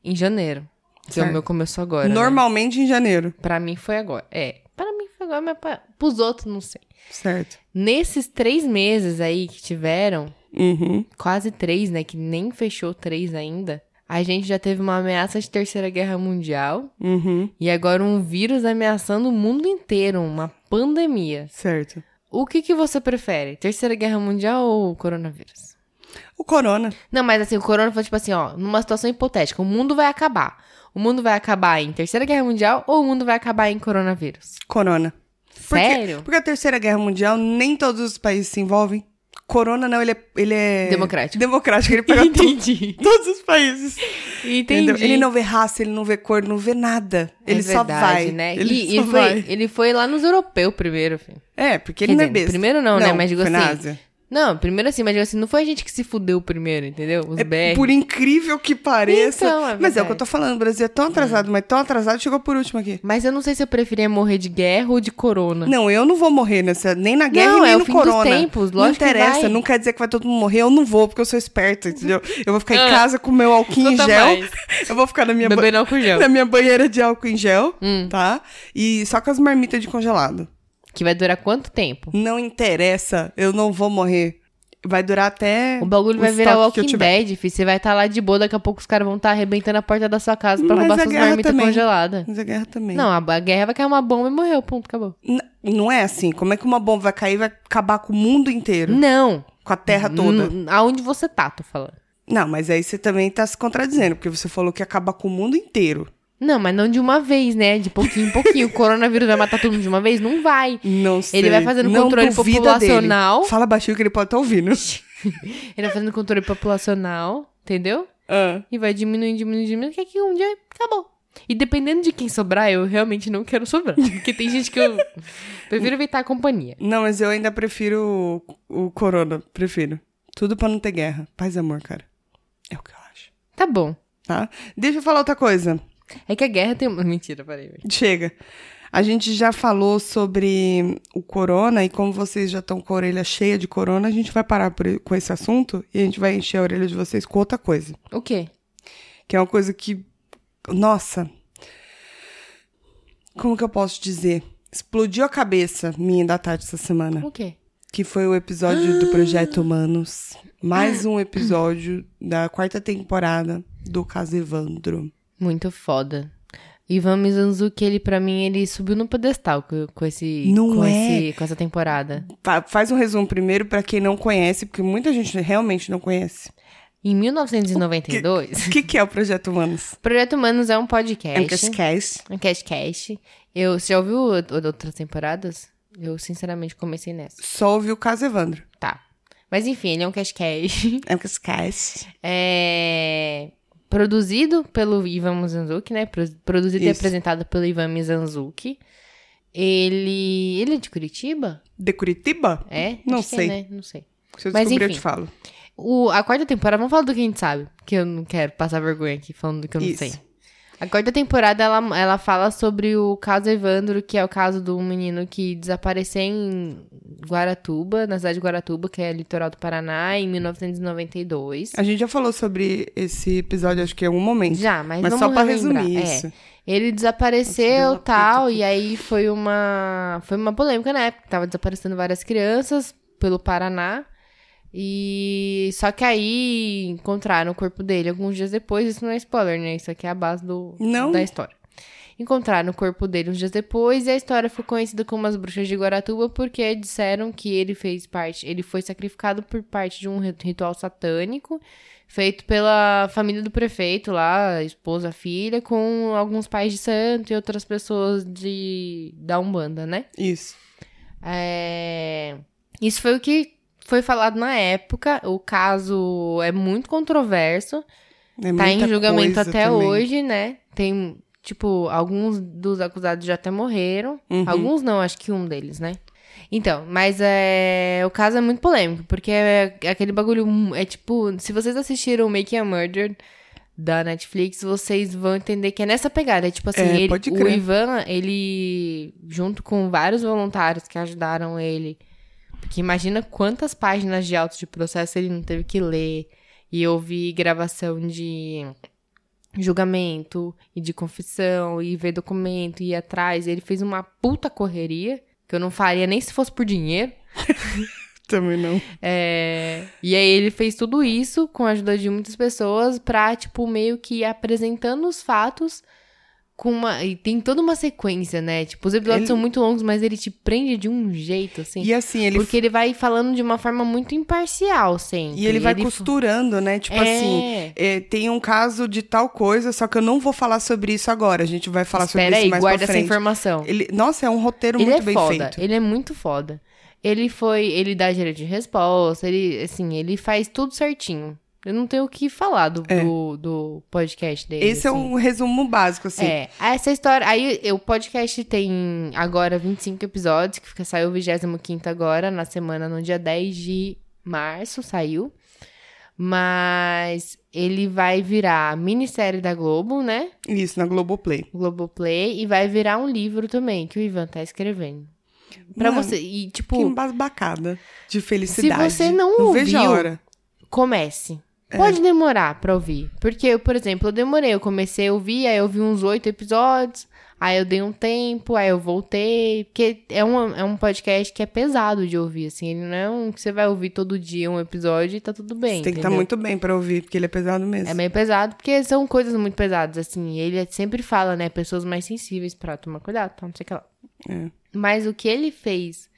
Speaker 1: em janeiro. Então o
Speaker 2: Certo.
Speaker 1: meu começou agora. né?
Speaker 2: Normalmente em janeiro,
Speaker 1: Pra mim foi agora. É. Pra mim foi agora, mas pra, pros outros não sei.
Speaker 2: certo?
Speaker 1: Nesses três meses aí que tiveram,
Speaker 2: Uhum.
Speaker 1: quase três, né? Que nem fechou três ainda. A gente já teve uma ameaça de terceira guerra mundial.
Speaker 2: Uhum.
Speaker 1: E agora um vírus ameaçando o mundo inteiro. Uma pandemia.
Speaker 2: Certo.
Speaker 1: O que, que você prefere? Terceira guerra mundial ou coronavírus?
Speaker 2: O corona.
Speaker 1: Não, mas assim, o corona foi tipo assim, ó, numa situação hipotética, o mundo vai acabar. O mundo vai acabar em Terceira Guerra Mundial ou o mundo vai acabar em coronavírus?
Speaker 2: Corona. Por quê?
Speaker 1: Sério?
Speaker 2: Porque a Terceira Guerra Mundial, nem todos os países se envolvem. Corona não, ele é... Ele é...
Speaker 1: Democrático.
Speaker 2: Democrático, ele pega to-
Speaker 1: Entendi.
Speaker 2: todos os países.
Speaker 1: Entendi.
Speaker 2: Entendeu? Ele não vê raça, ele não vê cor, não vê nada.
Speaker 1: É
Speaker 2: ele só
Speaker 1: verdade,
Speaker 2: vai.
Speaker 1: Né?
Speaker 2: Ele
Speaker 1: e,
Speaker 2: só
Speaker 1: e foi,
Speaker 2: vai.
Speaker 1: ele foi lá nos europeus primeiro, filho.
Speaker 2: É, porque
Speaker 1: Quer
Speaker 2: ele não é
Speaker 1: dizer,
Speaker 2: besta.
Speaker 1: primeiro não, né? Mas digo
Speaker 2: foi na
Speaker 1: assim,
Speaker 2: Ásia.
Speaker 1: Não, primeiro assim, mas digo assim, não foi a gente que se fudeu primeiro, entendeu? Os BR.
Speaker 2: Por incrível que pareça.
Speaker 1: é. Então, é
Speaker 2: mas é o que eu
Speaker 1: verdade.
Speaker 2: tô falando. O Brasil é tão atrasado, mas tão atrasado, chegou por último aqui.
Speaker 1: Mas eu não sei se eu preferia morrer de guerra ou de corona.
Speaker 2: Não, eu não vou morrer nessa, nem na guerra
Speaker 1: Não,
Speaker 2: e nem
Speaker 1: é o
Speaker 2: no
Speaker 1: fim dos
Speaker 2: corona.
Speaker 1: tempos,
Speaker 2: não
Speaker 1: lógico que
Speaker 2: interessa,
Speaker 1: vai.
Speaker 2: não quer dizer que vai todo mundo morrer, eu não vou, porque eu sou esperta, entendeu? Eu vou ficar em
Speaker 1: Ah,
Speaker 2: casa com o meu álcool em
Speaker 1: conta
Speaker 2: gel.
Speaker 1: mais.
Speaker 2: Eu vou ficar na minha, ba-
Speaker 1: Bebendo álcool gel.
Speaker 2: na minha banheira de álcool em gel,
Speaker 1: Hum.
Speaker 2: tá? E só com as marmitas de congelado.
Speaker 1: Que vai durar quanto tempo?
Speaker 2: Não interessa, eu não vou morrer. Vai durar até.
Speaker 1: O bagulho vai
Speaker 2: É, estoque
Speaker 1: virar
Speaker 2: que eu
Speaker 1: Walking
Speaker 2: tiver.
Speaker 1: Dead, fi. Você vai estar lá de boa, daqui a pouco os caras vão estar arrebentando a porta da sua casa pra
Speaker 2: Mas
Speaker 1: roubar
Speaker 2: a
Speaker 1: suas
Speaker 2: guerra
Speaker 1: marmitas
Speaker 2: também.
Speaker 1: congeladas.
Speaker 2: Mas a guerra também.
Speaker 1: Não, a, a guerra vai cair uma bomba e morreu, ponto, acabou.
Speaker 2: N- não é assim. Como é que uma bomba vai cair e vai acabar com o mundo inteiro?
Speaker 1: Não.
Speaker 2: Com a terra toda.
Speaker 1: N- Aonde você tá, tô falando.
Speaker 2: Não, mas aí você também tá se contradizendo, porque você falou que acaba com o mundo inteiro.
Speaker 1: Não, mas não de uma vez, né? De pouquinho em pouquinho. o coronavírus vai matar todo mundo de uma vez? Não vai.
Speaker 2: Não sei.
Speaker 1: vai fazendo
Speaker 2: não
Speaker 1: controle
Speaker 2: duvida dele.
Speaker 1: populacional.
Speaker 2: Fala baixinho que ele pode estar ouvindo.
Speaker 1: Ele vai fazendo controle populacional, entendeu?
Speaker 2: Ah.
Speaker 1: E vai diminuindo, diminuindo, diminuindo, que aqui um dia acabou. E dependendo de quem sobrar, eu realmente não quero sobrar. Porque tem gente que eu prefiro evitar a companhia.
Speaker 2: Não, mas eu ainda prefiro o, o corona. Prefiro. Tudo pra não ter guerra. Paz e amor, cara. É o que eu acho.
Speaker 1: Tá bom.
Speaker 2: Tá? Deixa eu falar outra coisa.
Speaker 1: É que a guerra tem. Mentira, peraí. velho.
Speaker 2: Chega. A gente já falou sobre o corona e como vocês já estão com a orelha cheia de corona, a gente vai parar por- com esse assunto e a gente vai encher a orelha de vocês com outra coisa.
Speaker 1: O quê?
Speaker 2: Que é uma coisa que. Nossa! Como que eu posso dizer? Explodiu a cabeça minha e da Tati essa semana.
Speaker 1: O quê?
Speaker 2: Que foi o episódio do Projeto Humanos. Mais um episódio da quarta temporada do Caso Evandro.
Speaker 1: Muito foda. Ivan Mizanzuki, ele pra mim, ele subiu no pedestal co- com esse,
Speaker 2: Não
Speaker 1: com
Speaker 2: é?
Speaker 1: esse- com essa temporada.
Speaker 2: Fa- faz um resumo primeiro pra quem não conhece, porque muita gente realmente não conhece.
Speaker 1: Em 1992,
Speaker 2: O que, que é o Projeto Humanos?
Speaker 1: Projeto Humanos é um
Speaker 2: É um
Speaker 1: podcast.
Speaker 2: podcast.
Speaker 1: Um cast Eu, você já ouviu o- o- outras temporadas? Eu, sinceramente, comecei nessa.
Speaker 2: Só ouvi o Caso Evandro.
Speaker 1: Tá. Mas enfim, ele é um cast
Speaker 2: É um podcast.
Speaker 1: É... Produzido pelo Ivan Mizanzuki, né? Pro- Produzido e
Speaker 2: Isso.
Speaker 1: apresentado pelo Ivan Mizanzuki. Ele. Ele é de Curitiba?
Speaker 2: De Curitiba?
Speaker 1: É?
Speaker 2: Não
Speaker 1: Acho que é,
Speaker 2: sei.
Speaker 1: né? Não sei.
Speaker 2: Se eu
Speaker 1: Mas
Speaker 2: descobrir, eu
Speaker 1: enfim.
Speaker 2: te falo.
Speaker 1: O- a quarta temporada, vamos falar do que a gente sabe, que eu não quero passar vergonha aqui falando do que eu não
Speaker 2: Isso.
Speaker 1: sei. A quarta temporada, ela, ela fala sobre o caso Evandro, que é o caso do menino que desapareceu em Guaratuba, na cidade de Guaratuba, que é litoral do Paraná, em 1992.
Speaker 2: A gente já falou sobre esse episódio, acho que em algum momento.
Speaker 1: Já, mas,
Speaker 2: Assim, Mas
Speaker 1: vamos
Speaker 2: só pra
Speaker 1: relembrar.
Speaker 2: resumir
Speaker 1: É.
Speaker 2: isso.
Speaker 1: Ele
Speaker 2: Nossa, deu um
Speaker 1: desapareceu
Speaker 2: apito
Speaker 1: tal,
Speaker 2: aqui.
Speaker 1: e aí foi uma, foi uma polêmica na época. Tava desaparecendo várias crianças pelo Paraná. E só que aí encontraram o corpo dele alguns dias depois. Isso não é spoiler, né? Isso aqui é a base do,
Speaker 2: Não.
Speaker 1: da história. Encontraram o corpo dele uns dias depois e a história ficou conhecida como as bruxas de Guaratuba porque disseram que ele fez parte, ele foi sacrificado por parte de um ri- ritual satânico feito pela família do prefeito lá, a esposa, a filha, com alguns pais de santo e outras pessoas de da Umbanda, né?
Speaker 2: Isso.
Speaker 1: É, Isso foi o que foi falado na época. O caso é muito controverso.
Speaker 2: É
Speaker 1: Tá em
Speaker 2: muita
Speaker 1: julgamento
Speaker 2: coisa
Speaker 1: até
Speaker 2: também.
Speaker 1: hoje, né? Tem, tipo, alguns dos acusados já até morreram.
Speaker 2: Uhum.
Speaker 1: Alguns não, acho que um deles, né? Então, mas é, o caso é muito polêmico, porque é, é aquele bagulho. mu- É tipo, se vocês assistiram Making a Murder da Netflix, vocês vão entender que é nessa pegada. É tipo assim,
Speaker 2: É,
Speaker 1: ele-
Speaker 2: pode
Speaker 1: o
Speaker 2: crer.
Speaker 1: Ivan, ele, junto com vários voluntários que ajudaram ele, porque imagina quantas páginas de autos de processo ele não teve que ler e ouvir gravação de julgamento e de confissão e ver documento e ir atrás. Ele fez uma puta correria que eu não faria nem se fosse por dinheiro.
Speaker 2: Também não.
Speaker 1: É, E aí ele fez tudo isso com a ajuda de muitas pessoas pra, tipo, meio que ir apresentando os fatos com uma... E tem toda uma sequência, né? Tipo, os episódios
Speaker 2: Ele-
Speaker 1: são muito longos, mas ele te prende de um jeito, assim.
Speaker 2: E assim, ele
Speaker 1: Porque ele vai falando de uma forma muito imparcial sempre.
Speaker 2: E ele vai
Speaker 1: costurando
Speaker 2: costurando, né? Tipo assim, é, tem um caso de tal coisa, só que eu não vou falar sobre isso agora. A gente vai falar sobre
Speaker 1: Espera
Speaker 2: isso
Speaker 1: aí,
Speaker 2: mais
Speaker 1: guarda
Speaker 2: pra
Speaker 1: essa
Speaker 2: frente.
Speaker 1: informação.
Speaker 2: Ele, nossa, é um roteiro
Speaker 1: Ele
Speaker 2: muito
Speaker 1: é
Speaker 2: bem
Speaker 1: foda,
Speaker 2: feito.
Speaker 1: ele é muito foda. Ele foi, ele dá direito de resposta, ele, assim, ele faz tudo certinho. Eu não tenho o que falar do,
Speaker 2: É.
Speaker 1: do, do podcast dele.
Speaker 2: Esse é
Speaker 1: assim.
Speaker 2: um resumo básico, assim.
Speaker 1: É, essa história. Aí o podcast tem agora 25 episódios, que fica, saiu o 25 agora, na semana, no dia 10 de março, saiu. Mas ele vai virar minissérie da Globo, né?
Speaker 2: Isso, na Globoplay.
Speaker 1: Globoplay, e vai virar um livro também, que o Ivan tá escrevendo. Pra
Speaker 2: Mano,
Speaker 1: você. E, tipo,
Speaker 2: Que embasbacada de felicidade.
Speaker 1: você não
Speaker 2: vejo a
Speaker 1: ouviu,
Speaker 2: hora.
Speaker 1: comece.
Speaker 2: É.
Speaker 1: Pode demorar pra ouvir. Porque, eu, por exemplo, eu demorei. Eu comecei a ouvir, aí eu vi uns oito episódios. Aí eu dei um tempo, aí eu voltei. Porque é um, é um podcast que é pesado de ouvir, assim. Ele não é um que você vai ouvir todo dia um episódio e tá tudo bem.
Speaker 2: Você tem que estar
Speaker 1: entendeu?
Speaker 2: muito bem pra ouvir, porque ele é pesado mesmo.
Speaker 1: É meio pesado, porque são coisas muito pesadas, assim. Ele sempre fala, né? Pessoas mais sensíveis pra tomar cuidado, tá? Não sei o que lá.
Speaker 2: É.
Speaker 1: Mas o que ele fez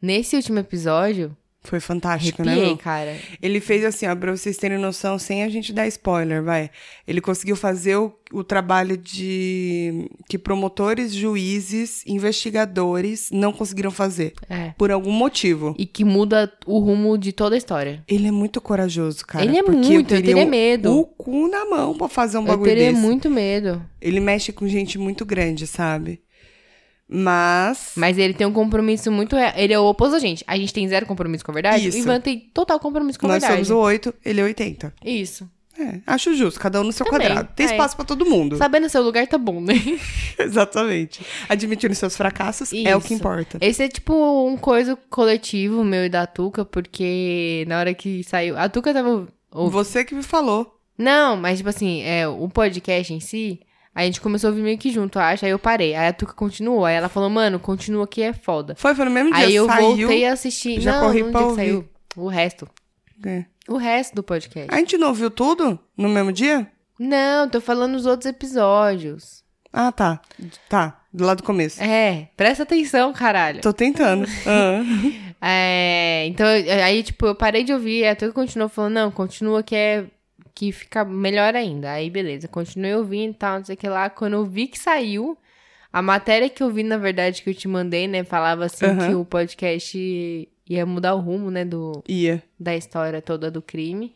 Speaker 1: nesse último episódio,
Speaker 2: Foi fantástico, né?
Speaker 1: arrepiei,
Speaker 2: meu?
Speaker 1: cara.
Speaker 2: Ele fez assim, ó, pra vocês terem noção, sem a gente dar spoiler, vai. Ele conseguiu fazer o, o trabalho de que promotores, juízes, investigadores não conseguiram fazer.
Speaker 1: É.
Speaker 2: Por algum motivo.
Speaker 1: E que muda o rumo de toda a história.
Speaker 2: Ele é muito corajoso, cara.
Speaker 1: Ele é
Speaker 2: porque
Speaker 1: muito, eu teria
Speaker 2: um-
Speaker 1: medo.
Speaker 2: O cu na mão pra fazer um
Speaker 1: Eu
Speaker 2: bagulho
Speaker 1: teria
Speaker 2: desse.
Speaker 1: muito medo.
Speaker 2: Ele mexe com gente muito grande, sabe? Mas.
Speaker 1: Mas ele tem um compromisso muito real. Ele é o oposto da gente. A gente tem zero compromisso com a verdade.
Speaker 2: Isso.
Speaker 1: O Ivan tem total compromisso com a
Speaker 2: nós
Speaker 1: verdade.
Speaker 2: somos o 8, ele é 80.
Speaker 1: Isso.
Speaker 2: É, acho justo, cada um no seu
Speaker 1: Também,
Speaker 2: quadrado. Tem
Speaker 1: é.
Speaker 2: espaço pra todo mundo.
Speaker 1: Sabendo o seu lugar tá bom, né?
Speaker 2: Exatamente. Admitindo seus fracassos é o que
Speaker 1: Isso.
Speaker 2: importa.
Speaker 1: Esse é tipo um coisa coletivo meu e da Tuca, porque na hora que saiu. A Tuca tava. ouv- ouv-
Speaker 2: Você que me falou.
Speaker 1: Não, mas tipo assim, é, o podcast em si, a gente começou a ouvir meio que junto, acho. Aí eu parei. Aí a Tuca continuou. Aí ela falou, mano, continua que é foda.
Speaker 2: Foi, foi no mesmo dia.
Speaker 1: Aí eu
Speaker 2: saiu.
Speaker 1: voltei a assistir.
Speaker 2: já
Speaker 1: não,
Speaker 2: corri
Speaker 1: no
Speaker 2: pra
Speaker 1: dia que
Speaker 2: ouvir.
Speaker 1: saiu. O resto.
Speaker 2: É.
Speaker 1: O resto do podcast.
Speaker 2: A gente não ouviu tudo no mesmo dia?
Speaker 1: Não, tô falando os outros episódios.
Speaker 2: Ah, tá. Tá, do lado do começo.
Speaker 1: É, presta atenção, caralho.
Speaker 2: Tô tentando. Ah.
Speaker 1: É, então, eu- aí, tipo, eu parei de ouvir, até que continuou falando, não, continua que é que fica melhor ainda. Aí, beleza, continuei ouvindo e tal, não sei o que lá. Quando eu vi que saiu, a matéria que eu vi, na verdade, que eu te mandei, né, falava assim
Speaker 2: Aham.
Speaker 1: que o podcast ia mudar o rumo, né, do,
Speaker 2: Ia.
Speaker 1: da história toda do crime.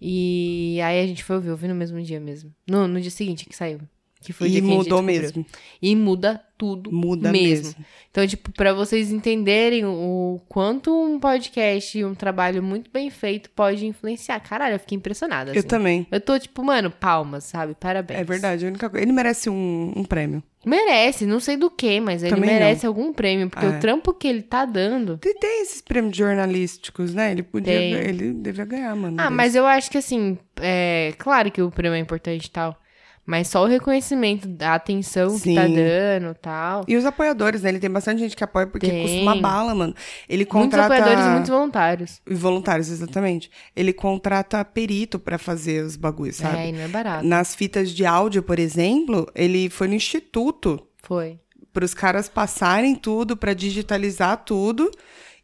Speaker 1: E aí a gente foi ouvir, ouvi no mesmo dia mesmo. No, no dia seguinte que saiu. Que foi o
Speaker 2: e
Speaker 1: dia que a gente
Speaker 2: mudou
Speaker 1: descobriu.
Speaker 2: mesmo.
Speaker 1: E muda tudo
Speaker 2: Muda
Speaker 1: mesmo.
Speaker 2: mesmo.
Speaker 1: Então, tipo, pra vocês entenderem o quanto um podcast e um trabalho muito bem feito pode influenciar. Caralho, eu fiquei impressionada.
Speaker 2: Eu
Speaker 1: assim.
Speaker 2: também.
Speaker 1: Eu tô, tipo, mano, palmas, sabe? Parabéns.
Speaker 2: É verdade. a única coisa- Ele merece um, um prêmio.
Speaker 1: Merece, não sei do que, mas ele
Speaker 2: Também não.
Speaker 1: merece algum prêmio, porque
Speaker 2: Ah, é.
Speaker 1: o trampo que ele tá dando.
Speaker 2: Tem, tem esses prêmios jornalísticos, né? Ele podia.
Speaker 1: Tem.
Speaker 2: Ele devia ganhar, mano.
Speaker 1: Ah,
Speaker 2: desse.
Speaker 1: mas eu acho que assim, é claro que o prêmio é importante e tal. Mas só o reconhecimento da atenção que tá
Speaker 2: Sim.
Speaker 1: dando e tal.
Speaker 2: E os apoiadores, né? Ele tem bastante gente que apoia porque
Speaker 1: Tem.
Speaker 2: custa uma bala, mano. Ele
Speaker 1: Muitos
Speaker 2: contrata.
Speaker 1: apoiadores e muitos voluntários.
Speaker 2: Voluntários, exatamente. Ele contrata perito pra fazer os bagulhos,
Speaker 1: É,
Speaker 2: sabe?
Speaker 1: e não é barato.
Speaker 2: Nas fitas de áudio, por exemplo, ele foi no instituto
Speaker 1: Foi.
Speaker 2: para os caras passarem tudo, pra digitalizar tudo.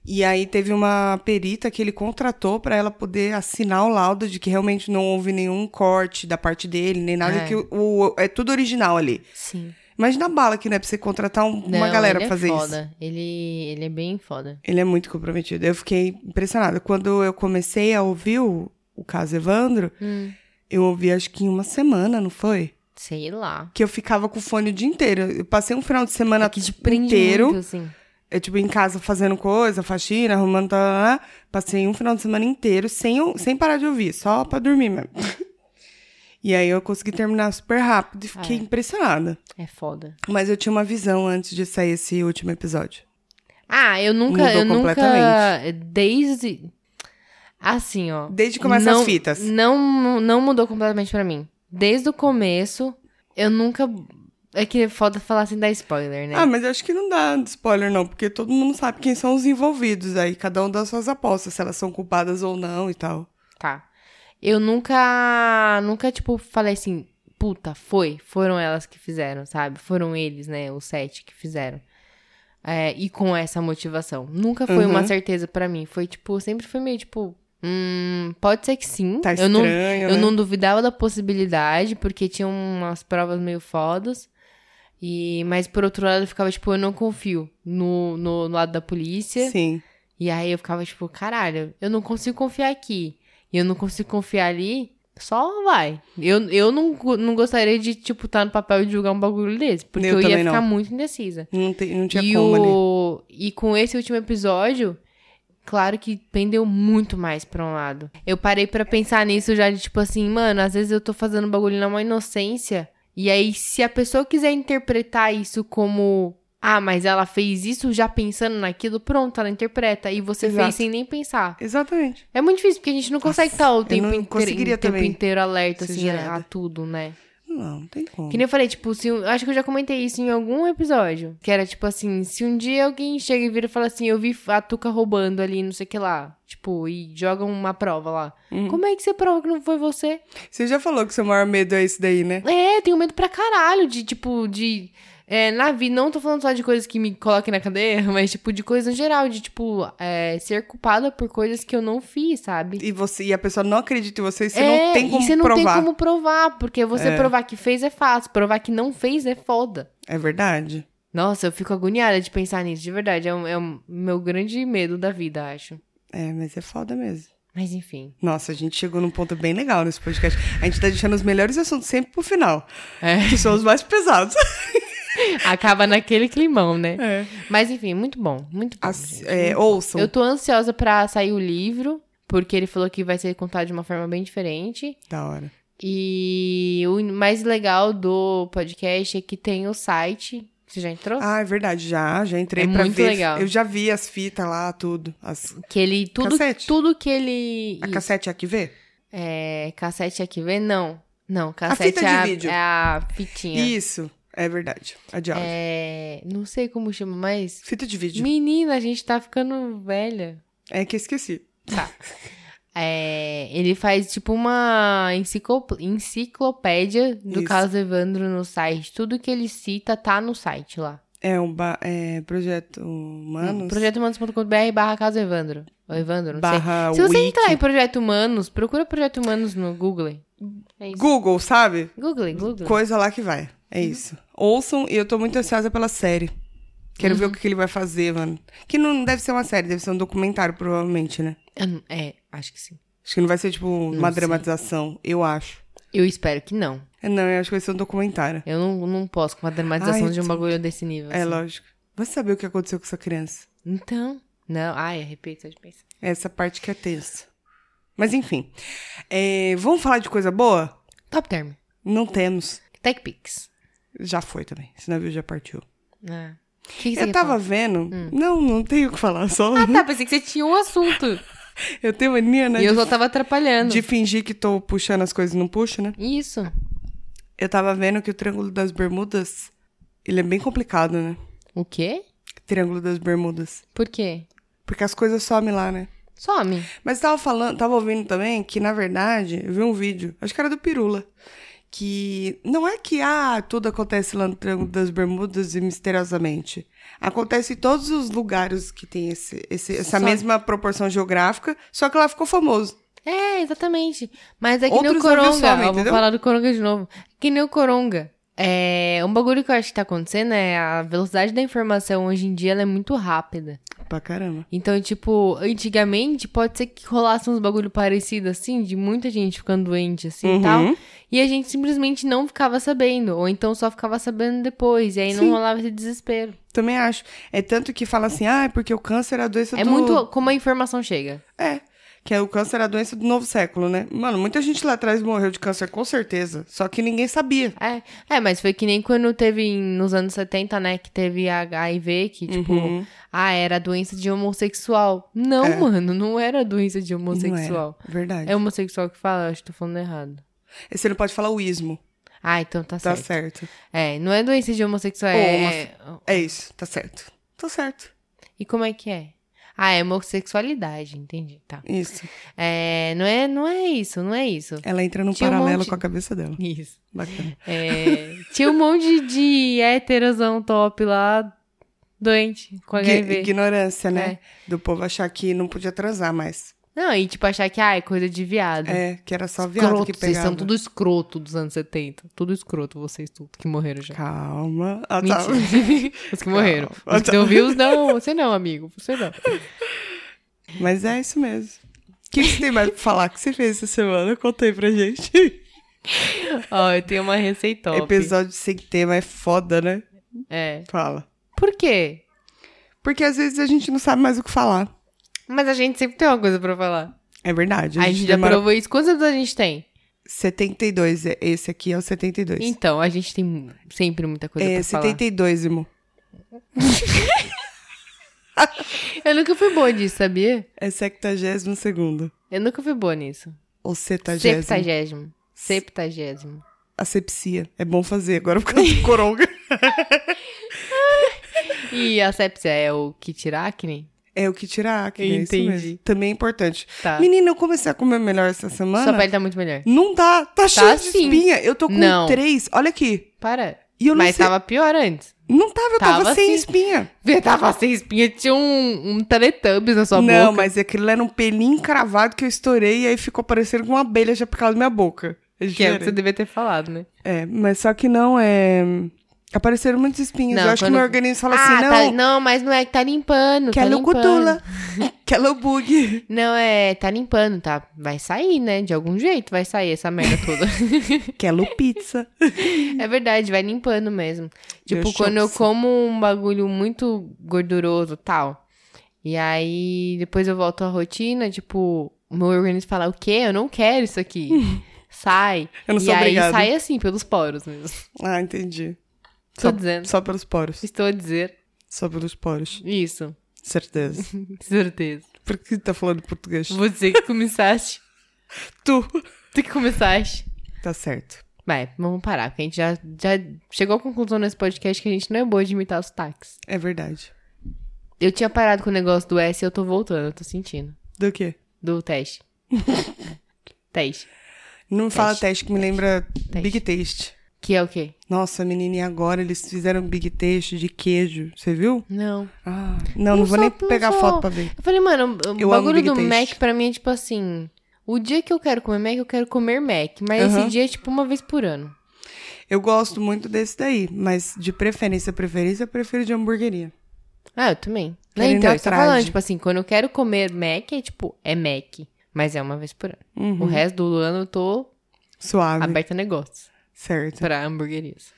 Speaker 2: E aí teve uma perita que ele contratou pra ela poder assinar o laudo de que realmente não houve nenhum corte da parte dele, nem nada
Speaker 1: É.
Speaker 2: que o, o- é tudo original ali.
Speaker 1: Sim.
Speaker 2: Imagina a bala que não é pra você contratar um- uma
Speaker 1: Não,
Speaker 2: galera
Speaker 1: ele
Speaker 2: pra fazer
Speaker 1: é
Speaker 2: isso.
Speaker 1: foda. Ele, ele é bem foda.
Speaker 2: Ele é muito comprometido. Eu fiquei impressionada. Quando eu comecei a ouvir o, o caso Evandro,
Speaker 1: Hum.
Speaker 2: eu ouvi acho que em uma semana, não foi?
Speaker 1: Sei lá.
Speaker 2: Que eu ficava com o fone o dia inteiro. Eu passei um final de semana
Speaker 1: É que te prende
Speaker 2: inteiro.
Speaker 1: muito, assim.
Speaker 2: Eu, tipo, em casa fazendo coisa, faxina, arrumando. Tá, tá, tá. Passei um final de semana inteiro sem, eu- sem parar de ouvir, só pra dormir mesmo. e aí eu consegui terminar super rápido e fiquei
Speaker 1: É.
Speaker 2: impressionada.
Speaker 1: É foda.
Speaker 2: Mas eu tinha uma visão antes de sair esse último episódio.
Speaker 1: Ah, eu nunca.
Speaker 2: Mudou
Speaker 1: eu nunca.
Speaker 2: completamente.
Speaker 1: Desde. Assim, ó.
Speaker 2: Desde que começam
Speaker 1: não,
Speaker 2: as fitas.
Speaker 1: Não, não mudou completamente pra mim. Desde o começo, eu nunca. É que é foda falar assim, dar spoiler, né?
Speaker 2: Ah, mas eu acho que não dá spoiler, não, porque todo mundo sabe quem são os envolvidos aí, cada um dá suas apostas, se elas são culpadas ou não e tal.
Speaker 1: Tá. Eu nunca, nunca, tipo, falei assim, puta, foi. Foram elas que fizeram, sabe? Foram eles, né? Os sete que fizeram. É, e com essa motivação. Nunca foi uma
Speaker 2: Uhum.
Speaker 1: certeza pra mim. Foi, tipo, sempre foi meio, tipo, hum, pode ser que sim.
Speaker 2: Tá
Speaker 1: eu
Speaker 2: estranho,
Speaker 1: não,
Speaker 2: né?
Speaker 1: eu não duvidava da possibilidade, porque tinha umas provas meio fodas. E, mas por outro lado, eu ficava, tipo, eu não confio no, no, no lado da polícia.
Speaker 2: Sim.
Speaker 1: E aí eu ficava tipo, caralho, eu não consigo confiar aqui. E eu não consigo confiar ali. Só vai. Eu, eu não, go- não gostaria de, tipo, estar no papel e julgar um bagulho desse. Porque
Speaker 2: Eu
Speaker 1: eu, ia
Speaker 2: também não.
Speaker 1: ficar muito indecisa.
Speaker 2: Não, tem- não tinha
Speaker 1: e,
Speaker 2: como né? ali.
Speaker 1: o... e com esse último episódio, claro que pendeu muito mais pra um lado. Eu parei pra pensar nisso já de, tipo assim, mano, às vezes eu tô fazendo bagulho na maior inocência. E aí, se a pessoa quiser interpretar isso como. Ah, mas ela fez isso já pensando naquilo, pronto, ela interpreta. E você
Speaker 2: Exato.
Speaker 1: fez sem nem pensar.
Speaker 2: Exatamente.
Speaker 1: É muito difícil, porque a gente não consegue
Speaker 2: Nossa,
Speaker 1: estar o
Speaker 2: eu
Speaker 1: tempo,
Speaker 2: não
Speaker 1: inteiro-
Speaker 2: conseguiria
Speaker 1: o tempo
Speaker 2: também
Speaker 1: inteiro alerta,
Speaker 2: ser
Speaker 1: assim, a,
Speaker 2: gerada.
Speaker 1: a tudo, né?
Speaker 2: Não, não tem como.
Speaker 1: Que nem eu falei, tipo, se, um- acho que eu já comentei isso em algum episódio. Que era tipo assim: se um dia alguém chega e vira e fala assim, eu vi a Tuca roubando ali, não sei o que lá. Tipo, e joga uma prova lá.
Speaker 2: Uhum.
Speaker 1: Como é que você prova que não foi você?
Speaker 2: Você já falou que seu maior medo é esse daí, né?
Speaker 1: É, eu tenho medo pra caralho de, tipo, de. É, na vida, não tô falando só de coisas que me coloquem na cadeia, mas, tipo, de coisas em geral, de, tipo, é, ser culpada por coisas que eu não fiz, sabe?
Speaker 2: E, você, e a pessoa não acredita em você e você
Speaker 1: é,
Speaker 2: não tem como
Speaker 1: e você não
Speaker 2: provar.
Speaker 1: tem como provar, porque você
Speaker 2: É.
Speaker 1: provar que fez é fácil, provar que não fez é foda.
Speaker 2: É verdade.
Speaker 1: Nossa, eu fico agoniada de pensar nisso, de verdade. É o um, é um meu grande medo da vida, acho.
Speaker 2: É, mas é foda mesmo.
Speaker 1: Mas enfim.
Speaker 2: Nossa, a gente chegou num ponto bem legal nesse podcast. A gente tá deixando os melhores assuntos sempre pro final,
Speaker 1: É,
Speaker 2: que são os mais pesados.
Speaker 1: acaba naquele climão, né?
Speaker 2: É.
Speaker 1: Mas enfim, muito bom, muito bom.
Speaker 2: As,
Speaker 1: gente,
Speaker 2: é
Speaker 1: muito
Speaker 2: ouçam.
Speaker 1: Eu tô ansiosa pra sair o livro, Porque ele falou que vai ser contado de uma forma bem diferente.
Speaker 2: Da hora.
Speaker 1: E o mais legal do podcast é que tem o site. Você já entrou?
Speaker 2: Ah, é verdade, já, já entrei
Speaker 1: É
Speaker 2: pra
Speaker 1: muito
Speaker 2: ver.
Speaker 1: legal.
Speaker 2: Eu já vi as fitas lá, tudo. As...
Speaker 1: que ele. Tudo,
Speaker 2: Cassete.
Speaker 1: tudo que ele.
Speaker 2: A
Speaker 1: Isso.
Speaker 2: cassete é a que vê?
Speaker 1: É, cassete aqui vê? Não. Não, cassete
Speaker 2: fita de
Speaker 1: é, a,
Speaker 2: vídeo.
Speaker 1: é a fitinha.
Speaker 2: Isso, é verdade. A de áudio.
Speaker 1: É, não sei como chama, mas.
Speaker 2: Fita de vídeo.
Speaker 1: Menina, a gente tá ficando velha.
Speaker 2: É que eu esqueci.
Speaker 1: É, ele faz tipo uma enciclop- enciclopédia do
Speaker 2: Isso.
Speaker 1: Carlos Evandro no site. Tudo que ele cita tá no site lá.
Speaker 2: É um ba- é, projeto
Speaker 1: Hum,
Speaker 2: humanos.
Speaker 1: Projetohumanos.com.br barra Carlos Evandro. Ou Evandro, não sei.
Speaker 2: barra
Speaker 1: Se você
Speaker 2: wiki.
Speaker 1: entrar em Projeto Humanos, procura Projeto Humanos no Google. É isso.
Speaker 2: Google, sabe?
Speaker 1: Google, Google.
Speaker 2: Coisa lá que vai. É
Speaker 1: Uhum.
Speaker 2: isso. Ouçam, e eu tô muito ansiosa pela série. Quero
Speaker 1: Uhum.
Speaker 2: ver o que que ele vai fazer, mano. Que não deve ser uma série, deve ser um documentário, provavelmente, né?
Speaker 1: Eu não- É, acho que sim.
Speaker 2: Acho que não vai ser, tipo, uma
Speaker 1: sei.
Speaker 2: dramatização, eu acho.
Speaker 1: Eu espero que não.
Speaker 2: É, Não, eu acho que vai ser um documentário.
Speaker 1: Eu não, não posso com uma dramatização
Speaker 2: Ai,
Speaker 1: de um
Speaker 2: tu-
Speaker 1: bagulho desse nível.
Speaker 2: É
Speaker 1: assim.
Speaker 2: lógico. Vai saber o que aconteceu com essa criança.
Speaker 1: Então, não. Ai, arrepio só de pensar.
Speaker 2: Essa parte que é tensa. Mas enfim. É, vamos falar de coisa boa?
Speaker 1: Top Term.
Speaker 2: Não temos.
Speaker 1: Tech Pix.
Speaker 2: Já foi também. Esse navio já partiu.
Speaker 1: Ah. O que que você
Speaker 2: Eu
Speaker 1: quer
Speaker 2: tava
Speaker 1: falar? Hum.
Speaker 2: vendo. Não, não tenho o que falar. Só.
Speaker 1: Ah, tá. Pensei que você tinha um assunto.
Speaker 2: Eu tenho mania, né?
Speaker 1: e eu
Speaker 2: de-
Speaker 1: só tava atrapalhando.
Speaker 2: De fingir que tô puxando as coisas e não puxo, né?
Speaker 1: Isso.
Speaker 2: Eu tava vendo que o Triângulo das Bermudas, ele é bem complicado, né?
Speaker 1: O quê?
Speaker 2: Triângulo das Bermudas.
Speaker 1: Por quê?
Speaker 2: Porque as coisas somem lá, né?
Speaker 1: Some.
Speaker 2: Mas tava falando, tava ouvindo também que, na verdade, eu vi um vídeo, acho que era do Pirula, que não é que, ah, tudo acontece lá no Triângulo das Bermudas e misteriosamente. Acontece em todos os lugares que tem esse, esse- essa
Speaker 1: Só-
Speaker 2: mesma proporção geográfica, só que lá ficou famoso.
Speaker 1: É, exatamente. Mas é que nem o
Speaker 2: Outros navios
Speaker 1: Coronga.
Speaker 2: somem,
Speaker 1: eu vou
Speaker 2: entendeu?
Speaker 1: falar do Coronga de novo. É Que nem o Coronga. É, um bagulho que eu acho que tá acontecendo é a velocidade da informação hoje em dia ela é muito rápida.
Speaker 2: Pra caramba.
Speaker 1: Então, tipo, antigamente pode ser que rolasse uns bagulho parecido, assim, de muita gente ficando doente, assim, e
Speaker 2: Uhum.
Speaker 1: tal. E a gente simplesmente não ficava sabendo, ou então só ficava sabendo depois, e aí não
Speaker 2: Sim.
Speaker 1: rolava esse desespero.
Speaker 2: Também acho. É tanto que fala assim, ah, é porque o câncer é a doença
Speaker 1: é
Speaker 2: do...
Speaker 1: muito como a informação chega.
Speaker 2: É. Que é o câncer é a doença do novo século, né? Mano, muita gente lá atrás morreu de câncer, com certeza. Só que ninguém sabia.
Speaker 1: É, é, mas foi que nem quando teve em- nos anos 70, né, que teve a HIV, que, tipo,
Speaker 2: Uhum.
Speaker 1: ah, era doença de homossexual. Não,
Speaker 2: É.
Speaker 1: mano, não era doença de
Speaker 2: Não era.
Speaker 1: homossexual.
Speaker 2: Verdade.
Speaker 1: É homossexual que fala, acho que tô falando errado.
Speaker 2: Você não pode falar o ismo.
Speaker 1: Ah, então tá,
Speaker 2: Tá
Speaker 1: certo.
Speaker 2: certo.
Speaker 1: É, não é doença de homossexual,
Speaker 2: Ou
Speaker 1: é...
Speaker 2: É isso, tá certo. Tá certo.
Speaker 1: E como é que é? Ah, é homossexualidade, entendi, tá.
Speaker 2: Isso.
Speaker 1: É, não é, não é isso, não é isso.
Speaker 2: Ela entra num
Speaker 1: Tinha um
Speaker 2: paralelo
Speaker 1: monte-
Speaker 2: com a cabeça dela.
Speaker 1: Isso.
Speaker 2: Bacana.
Speaker 1: É, tinha um monte de héterosão top lá, doente, com
Speaker 2: Gui-
Speaker 1: HIV.
Speaker 2: Ignorância,
Speaker 1: É.
Speaker 2: né? Do povo achar que não podia transar mais.
Speaker 1: Não, e tipo, achar que, ah, é coisa de viado.
Speaker 2: É, que era só viado
Speaker 1: escroto,
Speaker 2: que
Speaker 1: vocês
Speaker 2: pegava.
Speaker 1: são tudo escroto dos anos 70. Tudo escroto, vocês tudo, que morreram já.
Speaker 2: Calma. Ah, tá. Ah,
Speaker 1: Mentira. Os que morreram.
Speaker 2: Calma.
Speaker 1: Os que deu views, não. Você não, amigo. Você não.
Speaker 2: Mas é isso mesmo. O que que você tem mais pra falar? O que você fez essa semana? Conta aí pra gente.
Speaker 1: Ó, eu tenho uma receita top.
Speaker 2: Episódio sem tema é foda, né?
Speaker 1: É.
Speaker 2: Fala.
Speaker 1: Por quê?
Speaker 2: Porque às vezes a gente não sabe mais o que falar.
Speaker 1: Mas a gente sempre tem uma coisa pra falar.
Speaker 2: É verdade.
Speaker 1: A gente já provou isso. Quantos anos a gente tem?
Speaker 2: 72. é- Esse aqui é o 72.
Speaker 1: Então, a gente tem mu- sempre muita coisa
Speaker 2: é,
Speaker 1: pra
Speaker 2: 72, irmão.
Speaker 1: falar. Eu nunca fui boa nisso, sabia?
Speaker 2: É 72.
Speaker 1: Eu nunca fui boa nisso.
Speaker 2: Ou 70.
Speaker 1: Septagésimo. Septagésimo.
Speaker 2: Asepsia. É bom fazer agora por causa do coronga.
Speaker 1: E a sepsia é o que tira acne?
Speaker 2: É o que tira a acne, é isso
Speaker 1: Entendi.
Speaker 2: mesmo. Também é importante.
Speaker 1: Tá.
Speaker 2: Menina, eu comecei a comer melhor essa semana.
Speaker 1: Sua pele tá muito melhor.
Speaker 2: Não tá. Tá, cheio de
Speaker 1: sim.
Speaker 2: espinha. Eu tô com
Speaker 1: assim. Não.
Speaker 2: três. Olha aqui.
Speaker 1: Para.
Speaker 2: E eu não
Speaker 1: Mas tá
Speaker 2: sei.
Speaker 1: tava pior antes.
Speaker 2: Não tava, eu tava,
Speaker 1: Tava assim.
Speaker 2: sem
Speaker 1: sim.
Speaker 2: espinha.
Speaker 1: Vê, Tava sem espinha, tinha um, um teletubbies na sua
Speaker 2: não,
Speaker 1: boca.
Speaker 2: mas aquilo era um pelinho cravado que eu estourei e aí ficou parecendo com uma abelha já picada na minha boca.
Speaker 1: Que é o que
Speaker 2: É, diferente.
Speaker 1: você devia ter falado, né?
Speaker 2: É, mas só que não é. Apareceram muitas espinhas.
Speaker 1: Não,
Speaker 2: eu acho
Speaker 1: quando-
Speaker 2: que meu organismo fala
Speaker 1: ah,
Speaker 2: assim,
Speaker 1: tá-
Speaker 2: não,
Speaker 1: não, mas não é que tá limpando,
Speaker 2: que
Speaker 1: tá
Speaker 2: é
Speaker 1: limpando.
Speaker 2: locutula, que é lobug.
Speaker 1: Não, é, tá limpando, tá? Vai sair, né? De algum jeito vai sair essa merda toda.
Speaker 2: que é lupizza.
Speaker 1: é verdade, vai limpando mesmo. Tipo,
Speaker 2: Deus
Speaker 1: quando eu
Speaker 2: choque.
Speaker 1: como um bagulho muito gorduroso e tal, e aí depois eu volto à rotina, tipo, meu organismo fala, o quê? Eu não quero isso aqui. sai.
Speaker 2: Eu não
Speaker 1: e
Speaker 2: sou
Speaker 1: aí
Speaker 2: obrigada.
Speaker 1: sai assim, pelos poros mesmo.
Speaker 2: Ah, entendi.
Speaker 1: Tô
Speaker 2: Só,
Speaker 1: dizendo.
Speaker 2: só pelos poros.
Speaker 1: Estou a dizer
Speaker 2: Só pelos poros.
Speaker 1: isso.
Speaker 2: Certeza.
Speaker 1: Uhum. Certeza.
Speaker 2: Por que tá falando português?
Speaker 1: Você que começaste.
Speaker 2: Tu.
Speaker 1: tu que começaste.
Speaker 2: Tá certo.
Speaker 1: Vai, vamos parar, porque a gente já, já chegou à conclusão nesse podcast que a gente não é boa de imitar os sotaques.
Speaker 2: É verdade.
Speaker 1: Eu tinha parado com o negócio do S e eu tô voltando, eu tô sentindo.
Speaker 2: Do quê?
Speaker 1: Do teste. teste.
Speaker 2: Não me fala
Speaker 1: Teste.
Speaker 2: teste que me lembra
Speaker 1: Teste.
Speaker 2: Big Taste.
Speaker 1: Que é o quê?
Speaker 2: Nossa, menina, e agora eles fizeram um Big Taste de queijo. Você viu?
Speaker 1: Não.
Speaker 2: Ah, não, não,
Speaker 1: sou-
Speaker 2: vou nem pegar
Speaker 1: sou-
Speaker 2: foto pra ver.
Speaker 1: Eu falei, mano, o
Speaker 2: Eu amo
Speaker 1: bagulho
Speaker 2: Big
Speaker 1: do
Speaker 2: Taste.
Speaker 1: Mac pra mim é tipo assim. O dia que eu quero comer Mac, eu quero comer Mac. Mas
Speaker 2: Aham.
Speaker 1: esse dia é tipo uma vez por ano.
Speaker 2: Eu gosto muito desse daí, mas de preferência, preferência, eu prefiro de hamburgueria.
Speaker 1: Ah, eu também. Não,
Speaker 2: Querendo
Speaker 1: então, eu tô
Speaker 2: atrás.
Speaker 1: falando, tipo assim, quando eu quero comer Mac, é tipo, é Mac. Mas é uma vez por ano.
Speaker 2: Uhum.
Speaker 1: O resto do ano eu tô
Speaker 2: Suave.
Speaker 1: aberta a negócios
Speaker 2: Certo.
Speaker 1: pra hamburguerias.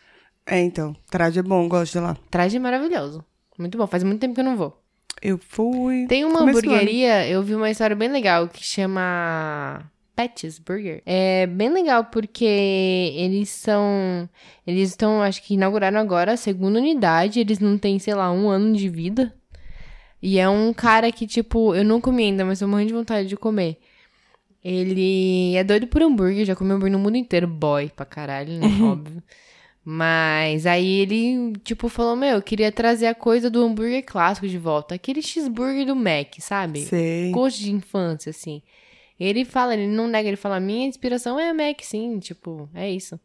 Speaker 2: É, então, traje é bom, gosto de lá.
Speaker 1: Traje é maravilhoso. Muito bom, faz muito tempo que eu não vou.
Speaker 2: Eu fui.
Speaker 1: Tem uma
Speaker 2: começo do ano.
Speaker 1: hamburgueria, eu vi uma história bem legal que chama Patches Burger. É bem legal porque eles são. Eles estão, acho que inauguraram agora a segunda unidade, eles não têm, sei lá, um ano de vida. E é um cara que, tipo, eu não comi ainda, mas eu morrendo de vontade de comer. Ele é doido por hambúrguer, já comeu hambúrguer no mundo inteiro, boy pra caralho, né? Óbvio. Mas aí ele, tipo, falou: Meu, eu queria trazer a coisa do hambúrguer clássico de volta. Aquele cheeseburger do Mac, sabe?
Speaker 2: Sei.
Speaker 1: Gosto de infância, assim. Ele fala, ele não nega, ele fala: Minha inspiração é a Mac, sim, tipo, é isso.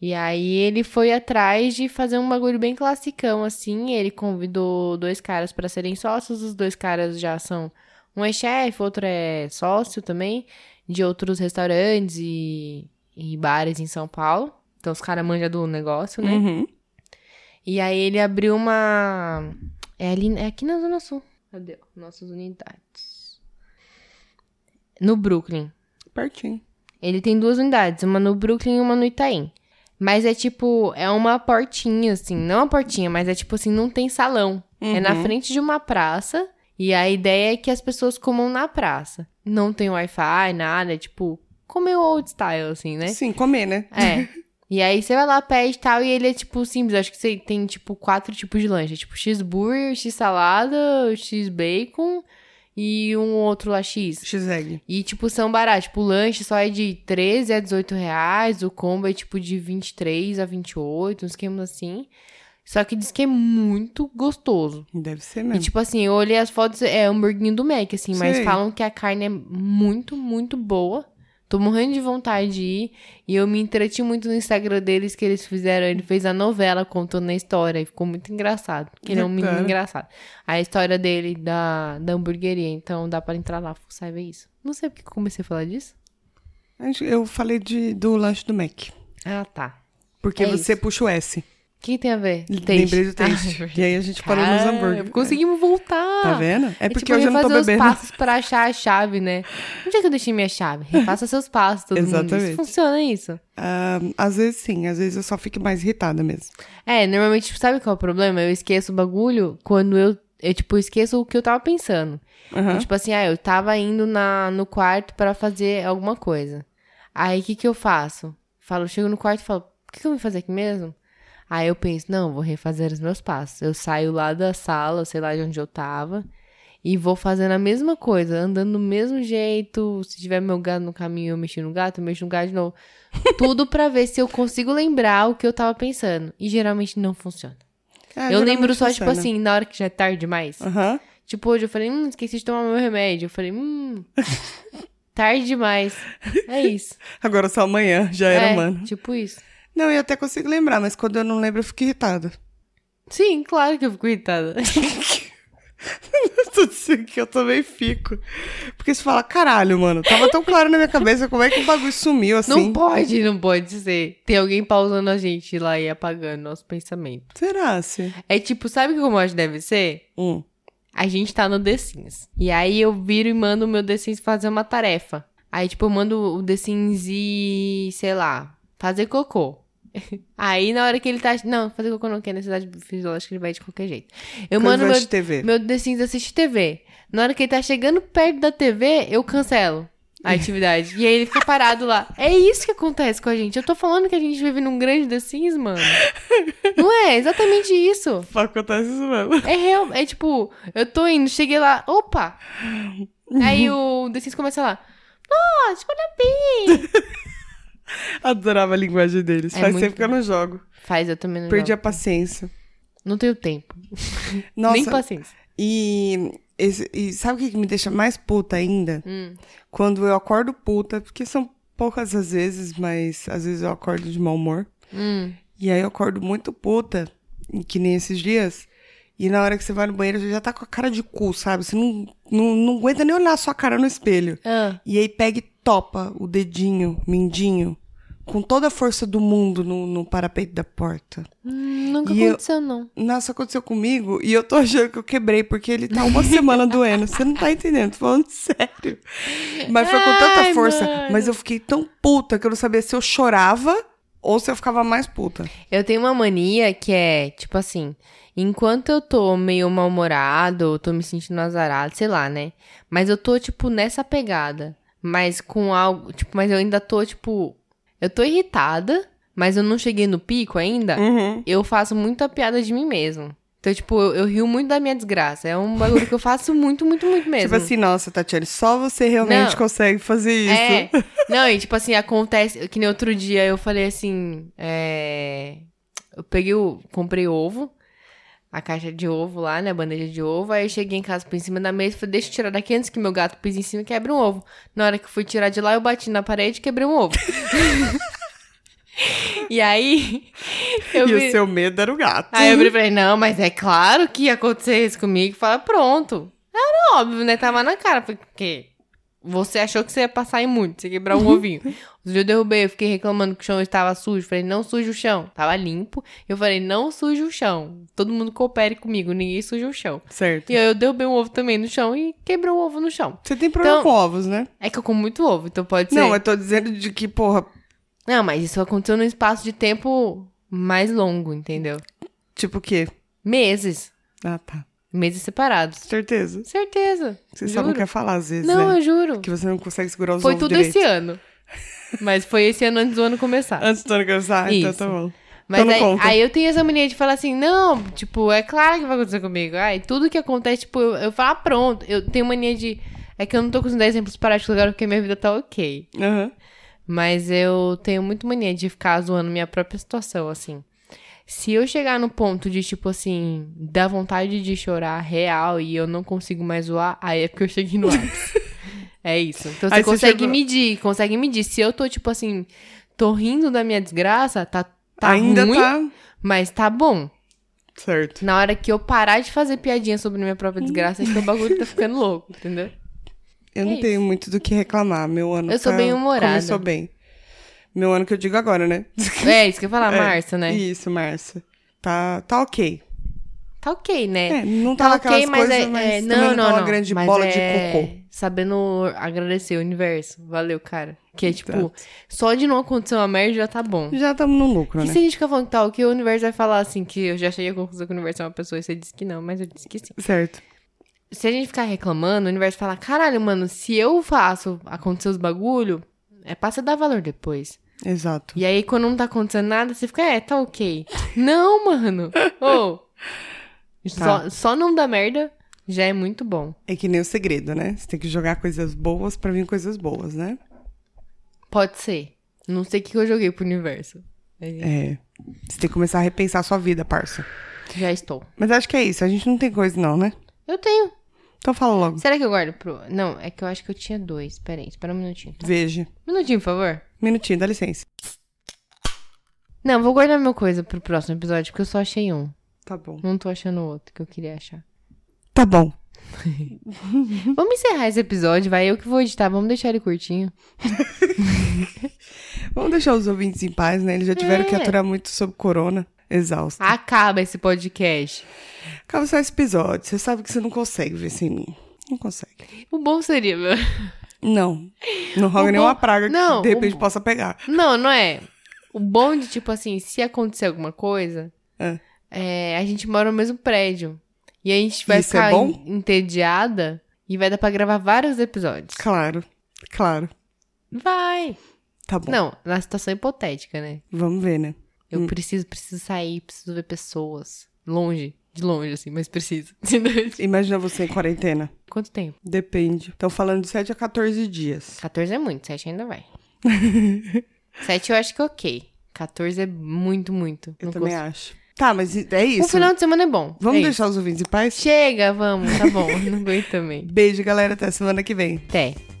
Speaker 1: E aí ele foi atrás de fazer um bagulho bem classicão, assim. Ele convidou dois caras pra serem sócios, os dois caras já são. Um é chefe, outro é sócio também, de outros restaurantes e, e bares em São Paulo. Então os caras manjam do negócio, né?
Speaker 2: Uhum.
Speaker 1: E aí ele abriu uma. É, ali, é aqui na Zona Sul. Cadê? Nossas unidades. No Brooklyn.
Speaker 2: Pertinho.
Speaker 1: Ele tem duas unidades, uma no Brooklyn e uma no Itaim. Mas é tipo, é uma portinha, assim. Não uma portinha, mas é tipo assim, não tem salão. É na
Speaker 2: Uhum.
Speaker 1: frente de uma praça. E a ideia é que as pessoas comam na praça. Não tem Wi-Fi, nada. É tipo, comeu old style, assim, né?
Speaker 2: Sim, comer, né?
Speaker 1: É. E aí você vai lá, pede e tal, e ele é tipo simples. Acho que você tem tipo quatro tipos de lanche. É tipo cheeseburger, x-salada, x-bacon e um outro lá x.
Speaker 2: X-egg.
Speaker 1: E tipo, são baratos. Tipo, o lanche só é de 13 a 18 reais, o combo é tipo de 23 a 28, uns esquemas assim. Só que diz que é muito gostoso.
Speaker 2: Deve ser
Speaker 1: E
Speaker 2: mesmo.
Speaker 1: tipo assim, eu olhei as fotos, é hamburguinho do Mac, assim, mas
Speaker 2: É. Sei.
Speaker 1: falam que a carne é muito, muito boa. Tô morrendo de vontade de ir. E eu me entreti muito no Instagram deles que eles fizeram. Ele fez a novela contando a história e ficou muito engraçado. Porque ele é um menino
Speaker 2: Bacana.
Speaker 1: engraçado. A história dele da, da hamburgueria. Então dá pra entrar lá, fuçar e ver isso. Não sei porque que eu comecei a falar disso.
Speaker 2: Eu falei de, do lanche do Mac.
Speaker 1: Ah, tá.
Speaker 2: Porque
Speaker 1: É
Speaker 2: você
Speaker 1: isso.
Speaker 2: puxa o S.
Speaker 1: O que tem a ver?
Speaker 2: Lembrei do
Speaker 1: Ah,
Speaker 2: taste.
Speaker 1: é Ah,
Speaker 2: e aí a gente parou nos
Speaker 1: verdade.
Speaker 2: hambúrguer.
Speaker 1: Conseguimos voltar.
Speaker 2: Tá vendo? É porque
Speaker 1: tipo,
Speaker 2: hoje eu não tô
Speaker 1: refazer
Speaker 2: bebendo.
Speaker 1: os passos pra achar a chave, né? Onde é que eu deixei minha chave? Refaça seus passos, todo mundo. Isso
Speaker 2: Exatamente.
Speaker 1: funciona isso.
Speaker 2: Ah, às vezes sim, às vezes eu só fico mais irritada mesmo.
Speaker 1: É, normalmente, tipo, sabe qual é o problema? Eu esqueço o bagulho quando eu, eu tipo, esqueço o que eu tava pensando.
Speaker 2: Aham.
Speaker 1: Tipo assim, ah, eu tava indo na, no quarto pra fazer alguma coisa. Aí, o que que eu faço? Falo, chego no quarto e falo, o que que eu vim fazer aqui mesmo? Aí eu penso, não, vou refazer os meus passos. Eu saio lá da sala, sei lá de onde eu tava, e vou fazendo a mesma coisa, andando do mesmo jeito. Se tiver meu gato no caminho, eu mexi no gato, eu mexo no gato de novo. Tudo pra ver se eu consigo lembrar o que eu tava pensando. E geralmente não funciona.
Speaker 2: É,
Speaker 1: eu
Speaker 2: geralmente
Speaker 1: lembro só, tipo
Speaker 2: funciona.
Speaker 1: assim, na hora que já é tarde demais.
Speaker 2: Aham.
Speaker 1: Tipo, hoje eu falei, hum, esqueci de tomar meu remédio. Eu falei, hum, tarde demais. É isso.
Speaker 2: Agora só amanhã, já
Speaker 1: é,
Speaker 2: era, mano.
Speaker 1: Tipo isso.
Speaker 2: Não, eu até consigo lembrar, mas quando eu não lembro, eu fico irritada.
Speaker 1: Sim, claro que eu fico irritada.
Speaker 2: Eu tô dizendo que eu também fico. Porque você fala, caralho, mano, tava tão claro na minha cabeça, como é que o bagulho sumiu assim?
Speaker 1: Não pode, não pode ser. Tem alguém pausando a gente lá e apagando nosso pensamento.
Speaker 2: Será, se?
Speaker 1: É tipo, sabe como eu acho que deve ser?
Speaker 2: Hum.
Speaker 1: A gente tá no The Sims. E aí eu viro e mando o meu The Sims fazer uma tarefa. Aí, tipo, eu mando o The Sims e, sei lá, fazer cocô. Aí, na hora que ele tá. Não, fazer cocô não, que é necessidade fisiológica, ele vai de qualquer jeito. Eu
Speaker 2: Quando
Speaker 1: mando
Speaker 2: vai
Speaker 1: meu
Speaker 2: de TV.
Speaker 1: Meu The Sims assiste TV. Na hora que ele tá chegando perto da TV, eu cancelo. a atividade. E aí ele fica parado lá. É isso que acontece com a gente. Eu tô falando que a gente vive num grande The Sims, mano. Não é? Exatamente isso.
Speaker 2: Só acontece isso mesmo.
Speaker 1: É real. É tipo, eu tô indo, cheguei lá, opa! Aí o The Sims começa lá. Nossa, parabéns!
Speaker 2: Adorava a linguagem deles.
Speaker 1: É
Speaker 2: Faz
Speaker 1: muito
Speaker 2: tempo que eu não jogo.
Speaker 1: Faz, eu também não.
Speaker 2: Perdi
Speaker 1: jogo.
Speaker 2: a paciência.
Speaker 1: Não tenho tempo.
Speaker 2: Nossa,
Speaker 1: Nem paciência.
Speaker 2: e, esse- e sabe o que que me deixa mais puta ainda?
Speaker 1: Hum.
Speaker 2: Quando eu acordo puta, porque são poucas as vezes, mas às vezes eu acordo de mau humor.
Speaker 1: Hum.
Speaker 2: E aí eu acordo muito puta, que nem esses dias. E na hora que você vai no banheiro, você já tá com a cara de cu, sabe? Você não, não, não aguenta nem olhar a sua cara no espelho.
Speaker 1: Ah,
Speaker 2: E aí pega e topa o dedinho, mindinho, com toda a força do mundo no, no parapeito da porta.
Speaker 1: hum, nunca
Speaker 2: E eu-
Speaker 1: aconteceu, não.
Speaker 2: Nossa, aconteceu comigo e eu tô achando que eu quebrei, porque ele tá uma semana doendo. Você não tá entendendo, tô falando sério. Mas foi com
Speaker 1: Ai,
Speaker 2: tanta força.
Speaker 1: mano.
Speaker 2: Mas eu fiquei tão puta que eu não sabia se eu chorava ou se eu ficava mais puta.
Speaker 1: Eu tenho uma mania que é, tipo assim, enquanto eu tô meio mal-humorado, eu tô me sentindo azarado, sei lá, né? Mas eu tô, tipo, nessa pegada. Mas com algo, tipo, mas eu ainda tô, tipo, eu tô irritada, mas eu não cheguei no pico ainda.
Speaker 2: Uhum.
Speaker 1: Eu faço muita piada de mim mesmo. Então, tipo, eu, eu rio muito da minha desgraça. É um bagulho que eu faço muito, muito, muito mesmo.
Speaker 2: Tipo assim, nossa, Tatiane, só você realmente
Speaker 1: Não.
Speaker 2: consegue fazer isso.
Speaker 1: É. Não, e tipo assim, acontece. Que nem outro dia eu falei assim. É... Eu peguei o. Comprei ovo. A caixa de ovo lá, né? A bandeja de ovo. Aí eu cheguei em casa por em cima da mesa e falei, deixa eu tirar daqui antes que meu gato pise em cima e quebre um ovo. Na hora que eu fui tirar de lá, eu bati na parede e quebrei um ovo. e aí. Eu
Speaker 2: e
Speaker 1: vi-
Speaker 2: o seu medo era o gato.
Speaker 1: Aí eu abri e falei, não, mas é claro que ia acontecer isso comigo. Fala, pronto. Era óbvio, né? Tava na cara, porque você achou que você ia passar em muito, você ia quebrar um ovinho. Os dias eu derrubei, eu fiquei reclamando que o chão estava sujo. Falei, não suja o chão. Tava limpo. Eu falei, não suja o chão. Todo mundo coopere comigo, ninguém suja o chão.
Speaker 2: Certo.
Speaker 1: E aí eu derrubei um ovo também no chão e quebrou o ovo no chão.
Speaker 2: Você tem problema
Speaker 1: Então-
Speaker 2: com ovos, né?
Speaker 1: É que eu como muito ovo, então pode ser.
Speaker 2: Não, eu tô dizendo de que, porra,
Speaker 1: Não, mas isso aconteceu num espaço de tempo mais longo, entendeu?
Speaker 2: tipo o quê?
Speaker 1: Meses.
Speaker 2: Ah, tá.
Speaker 1: Meses separados.
Speaker 2: Certeza.
Speaker 1: Certeza.
Speaker 2: Você
Speaker 1: juro.
Speaker 2: só não quer falar às vezes,
Speaker 1: Não,
Speaker 2: né?
Speaker 1: eu juro.
Speaker 2: Que você não consegue segurar os
Speaker 1: Foi
Speaker 2: ovos
Speaker 1: tudo
Speaker 2: direito.
Speaker 1: esse ano. Mas foi esse ano antes do ano começar.
Speaker 2: Antes do ano começar, Ah, então
Speaker 1: Isso.
Speaker 2: tá bom.
Speaker 1: Mas
Speaker 2: não
Speaker 1: aí,
Speaker 2: conta.
Speaker 1: aí eu tenho essa mania de falar assim, não, tipo, é claro que vai acontecer comigo. Ai, tudo que acontece, tipo, eu, eu falo, ah, pronto. Eu tenho mania de. É que eu não tô conseguindo dar exemplos práticos agora porque minha vida tá ok.
Speaker 2: Aham.
Speaker 1: Mas eu tenho muito mania de ficar zoando minha própria situação, assim. Se eu chegar no ponto de, tipo assim, dar vontade de chorar real e eu não consigo mais zoar, aí é porque eu cheguei no ápice. é isso. Então você
Speaker 2: Aí você
Speaker 1: consegue
Speaker 2: chegou-
Speaker 1: medir, consegue medir. Se eu tô, tipo assim, tô rindo da minha desgraça, tá, tá
Speaker 2: Ainda
Speaker 1: ruim,
Speaker 2: tá.
Speaker 1: mas tá bom.
Speaker 2: Certo.
Speaker 1: Na hora que eu parar de fazer piadinha sobre minha própria desgraça, é que o bagulho tá ficando louco, entendeu?
Speaker 2: Eu não
Speaker 1: É
Speaker 2: tenho muito do que reclamar. Meu ano
Speaker 1: Eu sou
Speaker 2: tá-
Speaker 1: bem-humorada.
Speaker 2: Começou bem. Meu ano que eu digo agora, né?
Speaker 1: É isso que eu ia falar,
Speaker 2: É,
Speaker 1: Marcia, né?
Speaker 2: Isso, Marcia. Tá, tá ok.
Speaker 1: Tá ok, né?
Speaker 2: É, não tá, naquelas
Speaker 1: é,
Speaker 2: coisas, mas também não, tá uma grande
Speaker 1: mas
Speaker 2: bola
Speaker 1: é
Speaker 2: de cocô.
Speaker 1: Sabendo agradecer o universo. Valeu, cara. Que é tipo, só de não acontecer uma merda já tá bom.
Speaker 2: Já estamos no lucro,
Speaker 1: E
Speaker 2: né?
Speaker 1: se a gente ficar falando que tá ok, o universo vai falar assim, que eu já cheguei à conclusão que o universo é uma pessoa e você disse que não, mas eu disse que sim.
Speaker 2: Certo.
Speaker 1: Se a gente ficar reclamando, o universo fala, caralho, mano, se eu faço acontecer os bagulho, é pra você dar valor depois.
Speaker 2: Exato.
Speaker 1: E aí, quando não tá acontecendo nada, você fica, é, tá ok. não, mano. Ô. Só,
Speaker 2: Tá.
Speaker 1: só não dá merda já é muito bom.
Speaker 2: É que nem o segredo, né? Você tem que jogar coisas boas pra vir coisas boas, né?
Speaker 1: Pode ser. Não sei o que eu joguei pro universo. Mas
Speaker 2: É. Você tem que começar a repensar a sua vida, parça.
Speaker 1: Já estou.
Speaker 2: Mas acho que é isso. A gente não tem coisa, não, né?
Speaker 1: Eu tenho.
Speaker 2: Então fala logo.
Speaker 1: Será que eu guardo pro. Não, é que eu acho que eu tinha dois. Peraí, espera um minutinho. tá?
Speaker 2: Veja.
Speaker 1: Minutinho, por favor.
Speaker 2: Minutinho, dá licença.
Speaker 1: Não, vou guardar meu coisa pro próximo episódio, porque eu só achei um.
Speaker 2: Tá bom.
Speaker 1: Não tô achando o outro que eu queria achar.
Speaker 2: Tá bom.
Speaker 1: Vamos encerrar esse episódio, vai. Eu que vou editar. Vamos deixar ele curtinho.
Speaker 2: Vamos deixar os ouvintes em paz, né? Eles já tiveram que
Speaker 1: É. Ah.
Speaker 2: aturar muito sobre corona. Exausto.
Speaker 1: Acaba esse podcast.
Speaker 2: Acaba só esse episódio. Você sabe que você não consegue ver sem mim. Não consegue.
Speaker 1: O bom seria, meu.
Speaker 2: Não. Não roga
Speaker 1: bom-
Speaker 2: nenhuma praga
Speaker 1: Não,
Speaker 2: que de repente
Speaker 1: o-
Speaker 2: possa pegar.
Speaker 1: Não, não é. O bom de, tipo assim, se acontecer alguma coisa,
Speaker 2: Ah.
Speaker 1: é, a gente mora no mesmo prédio. E a gente vai
Speaker 2: Isso é
Speaker 1: ficar
Speaker 2: bom?
Speaker 1: en- entediada e vai dar pra gravar vários episódios.
Speaker 2: Claro. Claro.
Speaker 1: Vai.
Speaker 2: Tá bom.
Speaker 1: Não, na situação hipotética, né?
Speaker 2: Vamos ver, né?
Speaker 1: Eu preciso, preciso sair, preciso ver pessoas. Longe, de longe, assim, mas preciso. Entendeu?
Speaker 2: Imagina você em quarentena.
Speaker 1: Quanto tempo?
Speaker 2: Depende. Estão falando de 7 a 14 dias.
Speaker 1: 14 é muito, 7 ainda vai. 7 eu acho que é ok. 14 é muito, muito.
Speaker 2: Eu
Speaker 1: Não
Speaker 2: também
Speaker 1: consigo.
Speaker 2: acho. Tá, mas é isso.
Speaker 1: Um final de semana é bom.
Speaker 2: Vamos
Speaker 1: é isso.
Speaker 2: deixar os ouvintes em paz?
Speaker 1: Chega, vamos, tá bom. Não aguento também.
Speaker 2: Beijo, galera. Até semana que vem.
Speaker 1: Até.